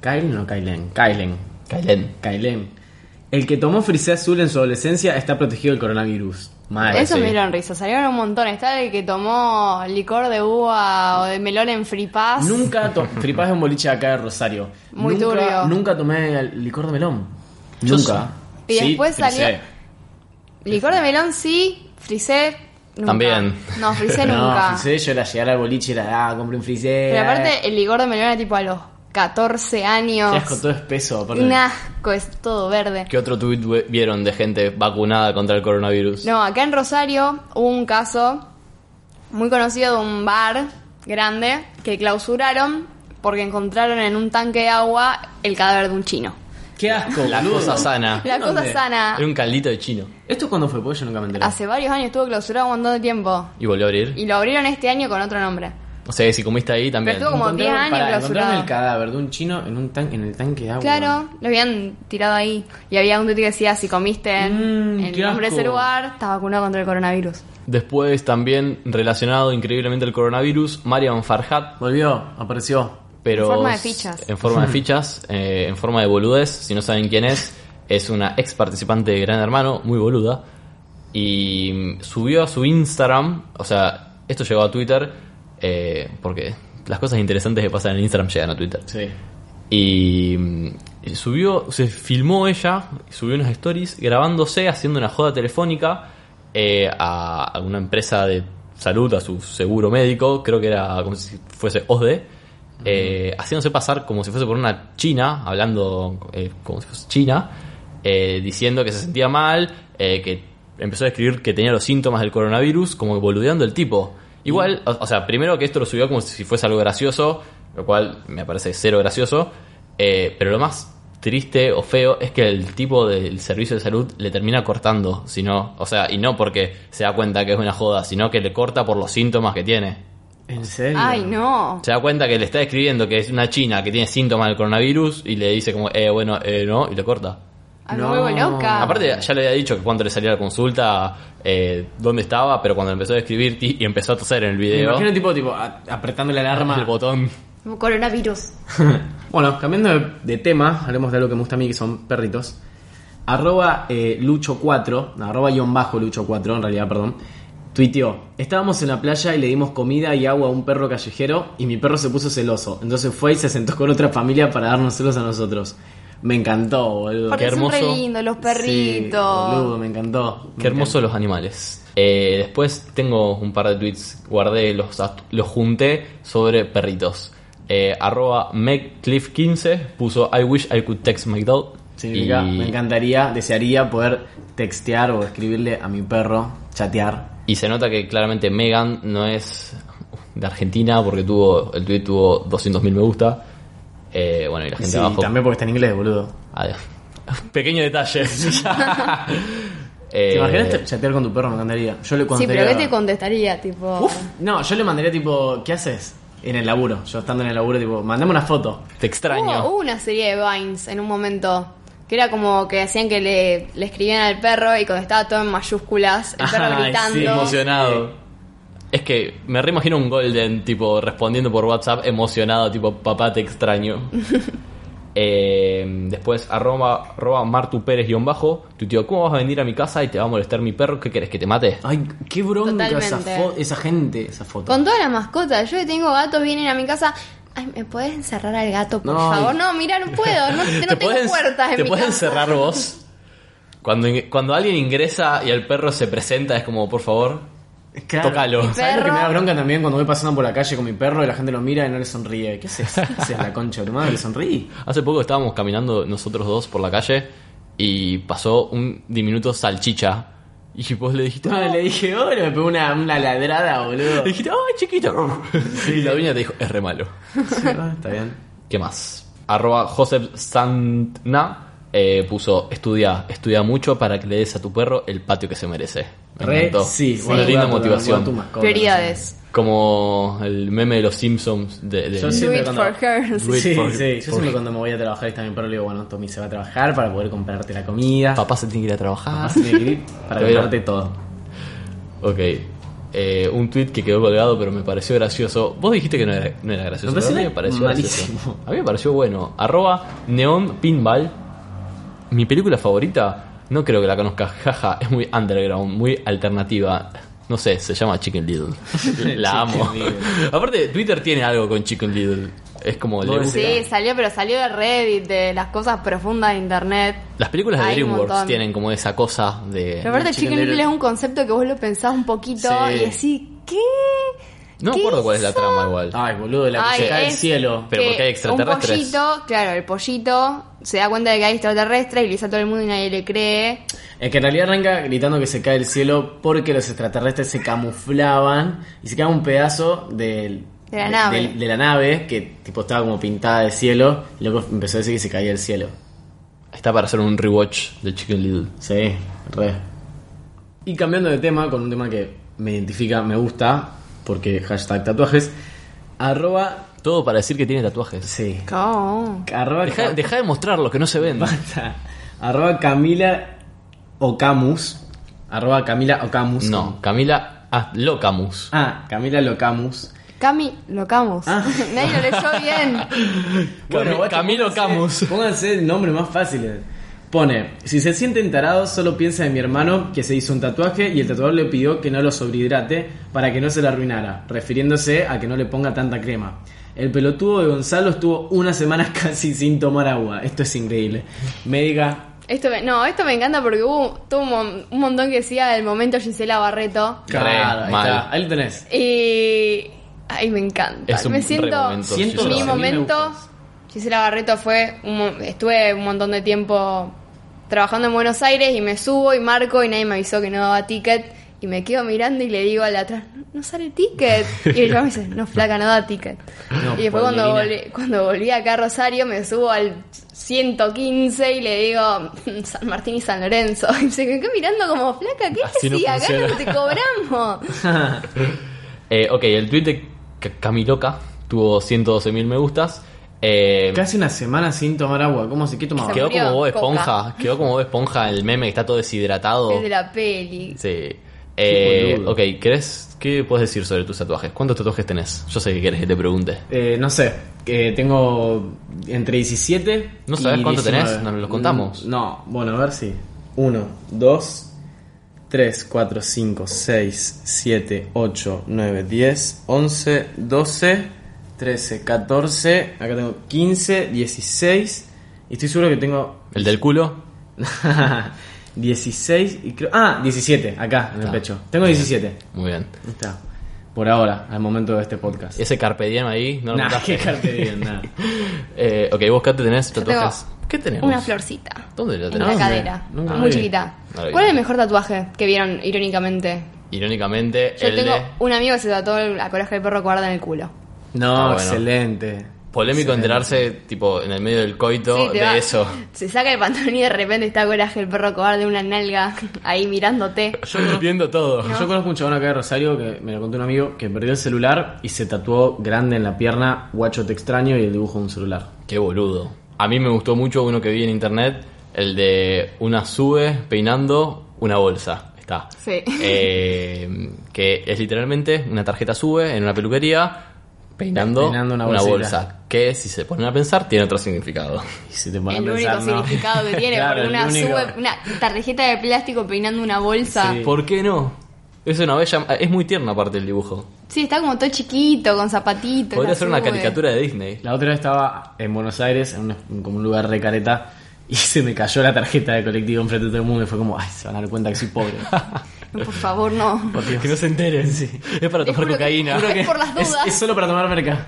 [SPEAKER 2] Kylen o Kylen? Kylen.
[SPEAKER 1] Kailen.
[SPEAKER 2] Kylen. El que tomó frisé azul en su adolescencia está protegido del coronavirus. Mal.
[SPEAKER 3] Eso
[SPEAKER 2] sí.
[SPEAKER 3] me dieron risa, salieron un montón. Está el que tomó licor de uva o de melón en fripaz.
[SPEAKER 2] Nunca to- Flipás de un boliche de acá de Rosario.
[SPEAKER 3] Muy
[SPEAKER 2] nunca,
[SPEAKER 3] turbio.
[SPEAKER 2] Nunca tomé el licor de melón.
[SPEAKER 1] Yo
[SPEAKER 2] nunca.
[SPEAKER 3] sí. Y después
[SPEAKER 2] frisé.
[SPEAKER 3] salió- Licor de melón sí, frisé nunca.
[SPEAKER 1] También.
[SPEAKER 3] No, frisé
[SPEAKER 2] No,
[SPEAKER 3] nunca.
[SPEAKER 2] frisé, yo era llegar al boliche y era, ah, compré un frisé.
[SPEAKER 3] Pero
[SPEAKER 2] ah,
[SPEAKER 3] aparte eh, el licor de melón era tipo a los 14 años.
[SPEAKER 2] qué asco, todo espeso. aparte.
[SPEAKER 3] Un asco, es todo verde.
[SPEAKER 1] ¿Qué otro tuit we- vieron de gente vacunada contra el coronavirus?
[SPEAKER 3] No, acá en Rosario hubo un caso muy conocido de un bar grande que clausuraron porque encontraron en un tanque de agua el cadáver de un chino.
[SPEAKER 2] Qué asco,
[SPEAKER 1] La
[SPEAKER 2] boludo.
[SPEAKER 1] cosa sana.
[SPEAKER 3] La cosa
[SPEAKER 2] ¿Dónde?
[SPEAKER 3] sana.
[SPEAKER 1] Era un caldito de chino.
[SPEAKER 2] ¿Esto cuándo fue? Porque yo nunca me enteré.
[SPEAKER 3] Hace varios años estuvo clausurado un montón de tiempo.
[SPEAKER 1] Y volvió a abrir.
[SPEAKER 3] Y lo abrieron este año con otro nombre.
[SPEAKER 1] O sea, si comiste ahí también.
[SPEAKER 3] Pero tuvo como 10 años
[SPEAKER 2] para, encontraron
[SPEAKER 3] clausurado.
[SPEAKER 2] el cadáver de un chino en, un tan- en el tanque de agua.
[SPEAKER 3] Claro, lo habían tirado ahí. Y había un tweet que decía, si comiste en
[SPEAKER 2] Mm,
[SPEAKER 3] el
[SPEAKER 2] qué
[SPEAKER 3] nombre de ese
[SPEAKER 2] asco.
[SPEAKER 3] lugar, estás vacunado contra el coronavirus.
[SPEAKER 1] Después también relacionado increíblemente al coronavirus, Marian Farhat,
[SPEAKER 2] Volvió, apareció.
[SPEAKER 1] pero...
[SPEAKER 3] En forma de fichas.
[SPEAKER 1] En forma de fichas, eh, en forma de boludez, si no saben quién es, es una ex participante de Gran Hermano, muy boluda, y mm, subió a su Instagram, o sea, esto llegó a Twitter, eh, porque las cosas interesantes que pasan en Instagram llegan a Twitter.
[SPEAKER 2] Sí.
[SPEAKER 1] Y mm, subió, se filmó ella, subió unas stories grabándose, haciendo una joda telefónica eh, a, a una empresa de salud, a su seguro médico, creo que era como si fuese OSDE, eh, haciéndose pasar como si fuese por una china, hablando eh, como si fuese china, eh, diciendo que se sentía mal, eh, que empezó a escribir que tenía los síntomas del coronavirus, como boludeando el tipo. Igual, o, o sea, primero que esto lo subió como si fuese algo gracioso, lo cual me parece cero gracioso, eh, pero lo más triste o feo es que el tipo del servicio de salud le termina cortando, sino, o sea, y no porque se da cuenta que es una joda, sino que le corta por los síntomas que tiene.
[SPEAKER 2] ¿En serio?
[SPEAKER 3] Ay, no.
[SPEAKER 1] Se da cuenta que le está escribiendo que es una china que tiene síntomas del coronavirus y le dice como, eh, bueno, eh, no, y le corta.
[SPEAKER 3] Ay,
[SPEAKER 2] No.
[SPEAKER 3] Me vuelvo loca.
[SPEAKER 1] Aparte, ya le había dicho que cuando le salía la consulta, eh, dónde estaba, pero cuando empezó a escribir ti- y empezó a toser en el
[SPEAKER 2] Me
[SPEAKER 1] video,
[SPEAKER 2] imagino tipo, tipo a- apretando la alarma.
[SPEAKER 1] el botón.
[SPEAKER 3] Coronavirus.
[SPEAKER 2] bueno, cambiando de, de tema, hablemos de algo que me gusta a mí, que son perritos. Arroba eh, Lucho4, no, arroba guión bajo Lucho4, en realidad, perdón. Tuiteó, estábamos en la playa y le dimos comida y agua a un perro callejero y mi perro se puso celoso. Entonces fue y se sentó con otra familia para darnos celos a nosotros. Me encantó, boludo.
[SPEAKER 3] Porque
[SPEAKER 1] Qué
[SPEAKER 3] son re
[SPEAKER 1] hermoso.
[SPEAKER 3] lindos los
[SPEAKER 2] Sí,
[SPEAKER 3] perritos.
[SPEAKER 2] boludo, me encantó.
[SPEAKER 1] Qué hermosos los animales. Eh, después tengo un par de tweets, guardé, los, at- los junté sobre perritos. Eh, arroba MegCliff15 puso I wish I could text my dog.
[SPEAKER 2] Significa,
[SPEAKER 1] Y-
[SPEAKER 2] me encantaría, desearía poder textear o escribirle a mi perro, chatear.
[SPEAKER 1] Y se nota que claramente Megan no es de Argentina porque tuvo el tweet tuvo 200.000 me gusta. Eh, bueno, y la gente
[SPEAKER 2] Sí,
[SPEAKER 1] abajo.
[SPEAKER 2] también porque está en inglés, boludo.
[SPEAKER 1] Adiós. Pequeño detalle. Eh,
[SPEAKER 2] ¿Te imaginas te- chatear con tu perro? Me encantaría. Yo le
[SPEAKER 3] Sí, pero ¿qué te
[SPEAKER 2] contestaría-
[SPEAKER 3] contestaría? Tipo.
[SPEAKER 2] Uf, no, yo le mandaría tipo, ¿qué haces? En el laburo, yo estando en el laburo, tipo, mandame una foto.
[SPEAKER 1] Te extraño.
[SPEAKER 3] Hubo, hubo una serie de Vines en un momento que era como que hacían que le, le escribían al perro y cuando estaba todo en mayúsculas, el perro
[SPEAKER 2] Ay, sí,
[SPEAKER 3] gritando.
[SPEAKER 2] emocionante.
[SPEAKER 1] Emocionado. Es que me reimagino un Golden, tipo, respondiendo por WhatsApp, emocionado, tipo, papá, te extraño. Eh, después, arroba, arroba Martu Pérez guión bajo, tu tío, ¿cómo vas a venir a mi casa y te va a molestar mi perro? ¿Qué querés, que te mate?
[SPEAKER 2] Ay, qué bronca esa,
[SPEAKER 3] Totalmente.
[SPEAKER 2] fo- esa gente, esa foto.
[SPEAKER 3] Con todas las mascotas, yo que tengo gatos, vienen a mi casa. Ay, ¿me puedes encerrar al gato, por
[SPEAKER 2] No.
[SPEAKER 3] favor? No, mira, no puedo, no, no tengo
[SPEAKER 1] pueden-
[SPEAKER 3] puertas en
[SPEAKER 1] te
[SPEAKER 3] mi
[SPEAKER 1] pueden
[SPEAKER 3] casa.
[SPEAKER 1] cerrar vos. Cuando, in- cuando alguien ingresa y el perro se presenta, es como, por favor,
[SPEAKER 2] Claro.
[SPEAKER 1] tócalo.
[SPEAKER 3] Mi
[SPEAKER 2] ¿Sabes lo que me da
[SPEAKER 3] Perro.
[SPEAKER 2] bronca también cuando voy pasando por la calle con mi perro y la gente lo mira y no le sonríe? ¿Qué haces? ¿Qué haces la concha de tu madre? ¿Sonríe?
[SPEAKER 1] Hace poco estábamos caminando nosotros dos por la calle y pasó un diminuto salchicha Y vos le dijiste,
[SPEAKER 2] No, le dije oro, me pegó una, una ladrada,
[SPEAKER 1] le
[SPEAKER 2] boludo.
[SPEAKER 1] dijiste, ¡ay, chiquito! Y la dueña te dijo, es re malo.
[SPEAKER 2] Sí, ah, está bien.
[SPEAKER 1] ¿Qué más? Arroba Josep Santna eh, puso, estudia, estudia mucho para que le des a tu perro el patio que se merece. Me
[SPEAKER 2] Re,
[SPEAKER 1] encantó.
[SPEAKER 2] sí,
[SPEAKER 1] Una
[SPEAKER 2] sí.
[SPEAKER 1] linda
[SPEAKER 2] Guarda tu-
[SPEAKER 1] motivación.
[SPEAKER 2] guarda tu mascota.
[SPEAKER 3] Prioridades.
[SPEAKER 1] Como el meme de los Simpsons de... de-
[SPEAKER 2] Yo
[SPEAKER 3] Do
[SPEAKER 2] siempre
[SPEAKER 3] it
[SPEAKER 2] cuando-
[SPEAKER 3] for her.
[SPEAKER 1] Do it
[SPEAKER 2] Sí,
[SPEAKER 1] for-
[SPEAKER 2] sí. Yo
[SPEAKER 1] for-
[SPEAKER 2] siempre cuando me voy a trabajar y está mi perro, le digo, bueno, Tommy se va a trabajar para poder comprarte la comida.
[SPEAKER 1] Papá se tiene que ir a trabajar.
[SPEAKER 2] Así de gris, para
[SPEAKER 1] Te voy a-
[SPEAKER 2] comprarte todo.
[SPEAKER 1] Ok. Eh, un tweet que quedó colgado, pero me pareció gracioso. Vos dijiste que no era, no era gracioso.
[SPEAKER 2] Me pareció
[SPEAKER 1] pero a mí me pareció
[SPEAKER 2] malísimo.
[SPEAKER 1] gracioso. A mí me pareció bueno. Arroba Neon Pinball. Mi película favorita, no creo que la conozcas, jaja, es muy underground, muy alternativa. No sé, se llama Chicken Little. La amo.
[SPEAKER 2] Chicken
[SPEAKER 1] Aparte, Twitter tiene algo con Chicken Little. Es como le
[SPEAKER 2] ¿Vos
[SPEAKER 1] gusta.
[SPEAKER 3] Sí, salió, pero salió de Reddit, de las cosas profundas de internet.
[SPEAKER 1] Las películas de
[SPEAKER 3] Hay un
[SPEAKER 1] DreamWorks
[SPEAKER 3] montón.
[SPEAKER 1] tienen como esa cosa de.
[SPEAKER 3] Pero aparte,
[SPEAKER 2] Chicken
[SPEAKER 3] Chicken Little
[SPEAKER 2] Little.
[SPEAKER 3] es un concepto que vos lo pensás un poquito
[SPEAKER 1] Sí.
[SPEAKER 3] y decís, ¿qué?
[SPEAKER 1] No me acuerdo cuál es la trama igual.
[SPEAKER 2] Ay, boludo, la que
[SPEAKER 3] Ay,
[SPEAKER 2] se cae del
[SPEAKER 3] es-
[SPEAKER 2] cielo.
[SPEAKER 1] Pero
[SPEAKER 3] que
[SPEAKER 1] porque hay extraterrestres.
[SPEAKER 3] Un pollito, claro, el pollito se da cuenta de que hay extraterrestres y le dice a todo el mundo y nadie le cree.
[SPEAKER 2] Es que en realidad arranca gritando que se cae el cielo porque los extraterrestres se camuflaban y se quedaba un pedazo del-
[SPEAKER 3] De la nave.
[SPEAKER 2] del- de la nave que tipo estaba como pintada de cielo y luego empezó a decir que se caía el cielo.
[SPEAKER 1] Está para hacer un rewatch de Chicken Little.
[SPEAKER 2] Sí, re. Y cambiando de tema, con un tema que me identifica, me gusta, porque hashtag tatuajes, arroba...
[SPEAKER 1] Todo para decir que tiene tatuajes.
[SPEAKER 2] Sí.
[SPEAKER 3] ¿Cómo?
[SPEAKER 2] Arroba,
[SPEAKER 1] Deja, deja de mostrar lo que no se ven.
[SPEAKER 2] Basta. Arroba Camila Ocamus. Arroba Camila Ocamus.
[SPEAKER 1] No, Camila ah, Locamus.
[SPEAKER 2] Ah, Camila Locamus.
[SPEAKER 3] Cami, locamos.
[SPEAKER 2] Ah.
[SPEAKER 3] nadie lo leyó bien.
[SPEAKER 1] Cami-
[SPEAKER 2] guacho,
[SPEAKER 1] Camilo
[SPEAKER 2] pónganse-
[SPEAKER 1] Camus.
[SPEAKER 2] Pónganse el nombre más fácil. Pone, si se sienten tarados, solo piensa en mi hermano que se hizo un tatuaje y el tatuador le pidió que no lo sobrehidrate para que no se le arruinara, refiriéndose a que no le ponga tanta crema. El pelotudo de Gonzalo estuvo unas semanas casi sin tomar agua. Esto es increíble. Médica,
[SPEAKER 3] Esto me- no, esto me encanta porque hubo tuvo un, mon- un montón que decía el momento Gisela Barreto.
[SPEAKER 1] Claro,
[SPEAKER 2] ahí,
[SPEAKER 1] mal.
[SPEAKER 2] está, ahí lo tenés.
[SPEAKER 3] Y. Ay, me encanta.
[SPEAKER 1] Es un
[SPEAKER 3] me
[SPEAKER 1] re
[SPEAKER 3] siento.
[SPEAKER 1] momento,
[SPEAKER 2] Siento
[SPEAKER 1] Gisela
[SPEAKER 3] mi
[SPEAKER 2] Barreto. A mí
[SPEAKER 3] momento.
[SPEAKER 2] me gusta.
[SPEAKER 3] Gisela Barreto fue. un mo- estuve un montón de tiempo trabajando en Buenos Aires y me subo y marco y nadie me avisó que no daba ticket. Y me quedo mirando y le digo al de atrás, no, no sale ticket. Y el chabón me dice, no, flaca, no da ticket.
[SPEAKER 2] No,
[SPEAKER 3] y después cuando
[SPEAKER 2] Paulina.
[SPEAKER 3] volví, cuando volví acá a Rosario me subo al 115 y le digo, San Martín y San Lorenzo. Y se quedó mirando como, flaca, ¿qué
[SPEAKER 1] Así
[SPEAKER 3] haces?
[SPEAKER 1] no
[SPEAKER 3] si acá no
[SPEAKER 1] funciona".
[SPEAKER 3] te cobramos.
[SPEAKER 1] Eh, ok, el tweet de C- Camiloca tuvo 112.000 me gustas. Eh,
[SPEAKER 2] Casi una semana sin tomar agua. ¿Cómo se qué tomaba?
[SPEAKER 3] Qué
[SPEAKER 1] quedó
[SPEAKER 3] Frío,
[SPEAKER 1] como Bob
[SPEAKER 3] coca.
[SPEAKER 1] Esponja. Quedó como Bob Esponja el meme que está todo deshidratado.
[SPEAKER 3] Es de la peli.
[SPEAKER 1] Sí. Eh,
[SPEAKER 2] boludo.
[SPEAKER 1] ok, ¿querés, ¿qué puedes decir sobre tus tatuajes? ¿Cuántos tatuajes tenés? Yo sé que querés que te pregunte.
[SPEAKER 2] Eh, no sé, que tengo entre 17.
[SPEAKER 1] ¿No sabés
[SPEAKER 2] y
[SPEAKER 1] cuánto
[SPEAKER 2] 19.
[SPEAKER 1] tenés? ¿Nos lo contamos?
[SPEAKER 2] Mm, No, bueno, a ver si. 1, 2, 3, 4, 5, 6, 7, 8, 9, 10, 11, 12, 13, 14. Acá tengo 15, 16. Y estoy seguro que tengo.
[SPEAKER 1] ¿El del culo?
[SPEAKER 2] 16 y creo. Ah, 17, acá en el
[SPEAKER 1] Está.
[SPEAKER 2] pecho. Tengo 17.
[SPEAKER 1] Muy bien.
[SPEAKER 2] Ahí Está. Por ahora, al momento de este podcast.
[SPEAKER 1] Ese carpe diem ahí, no lo
[SPEAKER 2] Nah,
[SPEAKER 1] contaste.
[SPEAKER 2] qué carpe diem, nah.
[SPEAKER 1] Eh, ok, vos Kat, tenés
[SPEAKER 3] Yo tengo
[SPEAKER 1] tatuajes. ¿Qué tenemos?
[SPEAKER 3] Una florcita.
[SPEAKER 1] ¿Dónde la
[SPEAKER 3] En la
[SPEAKER 1] tenés?
[SPEAKER 3] cadera. Ah,
[SPEAKER 2] nunca la
[SPEAKER 3] muy
[SPEAKER 2] vi.
[SPEAKER 3] chiquita.
[SPEAKER 1] No la vi.
[SPEAKER 3] ¿Cuál es el mejor tatuaje que vieron, irónicamente?
[SPEAKER 1] Irónicamente,
[SPEAKER 3] Yo
[SPEAKER 1] el
[SPEAKER 3] tengo
[SPEAKER 1] de.
[SPEAKER 3] un amigo que se tatuó la coraje del perro que guarda en el culo.
[SPEAKER 2] No,
[SPEAKER 1] Ah, bueno.
[SPEAKER 2] excelente.
[SPEAKER 1] Polémico
[SPEAKER 2] Excelente.
[SPEAKER 1] enterarse, tipo, en el medio del coito
[SPEAKER 3] Sí, te
[SPEAKER 1] de
[SPEAKER 3] va-
[SPEAKER 1] eso.
[SPEAKER 3] Se saca el pantalón y de repente está coraje el perro cobarde, una nalga ahí mirándote.
[SPEAKER 1] Yo no entiendo todo.
[SPEAKER 2] Yo conozco un chabón acá de Rosario que me lo contó un amigo que perdió el celular y se tatuó grande en la pierna, guacho te extraño y el dibujo de un celular.
[SPEAKER 1] Qué boludo. A mí me gustó mucho uno que vi en internet, el de una sube peinando una bolsa. Está.
[SPEAKER 3] Sí.
[SPEAKER 1] Eh, que es literalmente una tarjeta sube en una peluquería peinando,
[SPEAKER 2] Peinando una
[SPEAKER 1] una
[SPEAKER 2] bolsita.
[SPEAKER 1] bolsa. Que si se ponen a pensar, tiene otro significado.
[SPEAKER 2] Y si te pones
[SPEAKER 3] El
[SPEAKER 2] a
[SPEAKER 3] único
[SPEAKER 2] pensar, no.
[SPEAKER 3] significado que tiene,
[SPEAKER 2] Claro,
[SPEAKER 3] porque
[SPEAKER 2] el
[SPEAKER 3] una,
[SPEAKER 2] único.
[SPEAKER 3] sube, una tarjeta de plástico peinando una bolsa.
[SPEAKER 2] Sí.
[SPEAKER 3] Sí.
[SPEAKER 1] ¿Por qué no? Es una bella. Es muy tierna, aparte el dibujo.
[SPEAKER 3] está como todo chiquito, con zapatitos.
[SPEAKER 1] Podría
[SPEAKER 3] la
[SPEAKER 1] ser una
[SPEAKER 3] sube.
[SPEAKER 1] caricatura de Disney.
[SPEAKER 2] La otra vez estaba en Buenos Aires, en, un- en como un lugar re careta, y se me cayó la tarjeta de colectivo enfrente de todo el mundo y fue como, ay, se van a dar cuenta que soy pobre.
[SPEAKER 3] Por favor, no.
[SPEAKER 1] Que no se enteren. Es para
[SPEAKER 3] Te
[SPEAKER 1] tomar
[SPEAKER 3] juro que-
[SPEAKER 1] cocaína.
[SPEAKER 3] juro que- Por las
[SPEAKER 2] Es-
[SPEAKER 3] dudas.
[SPEAKER 2] Es, solo para tomar merca.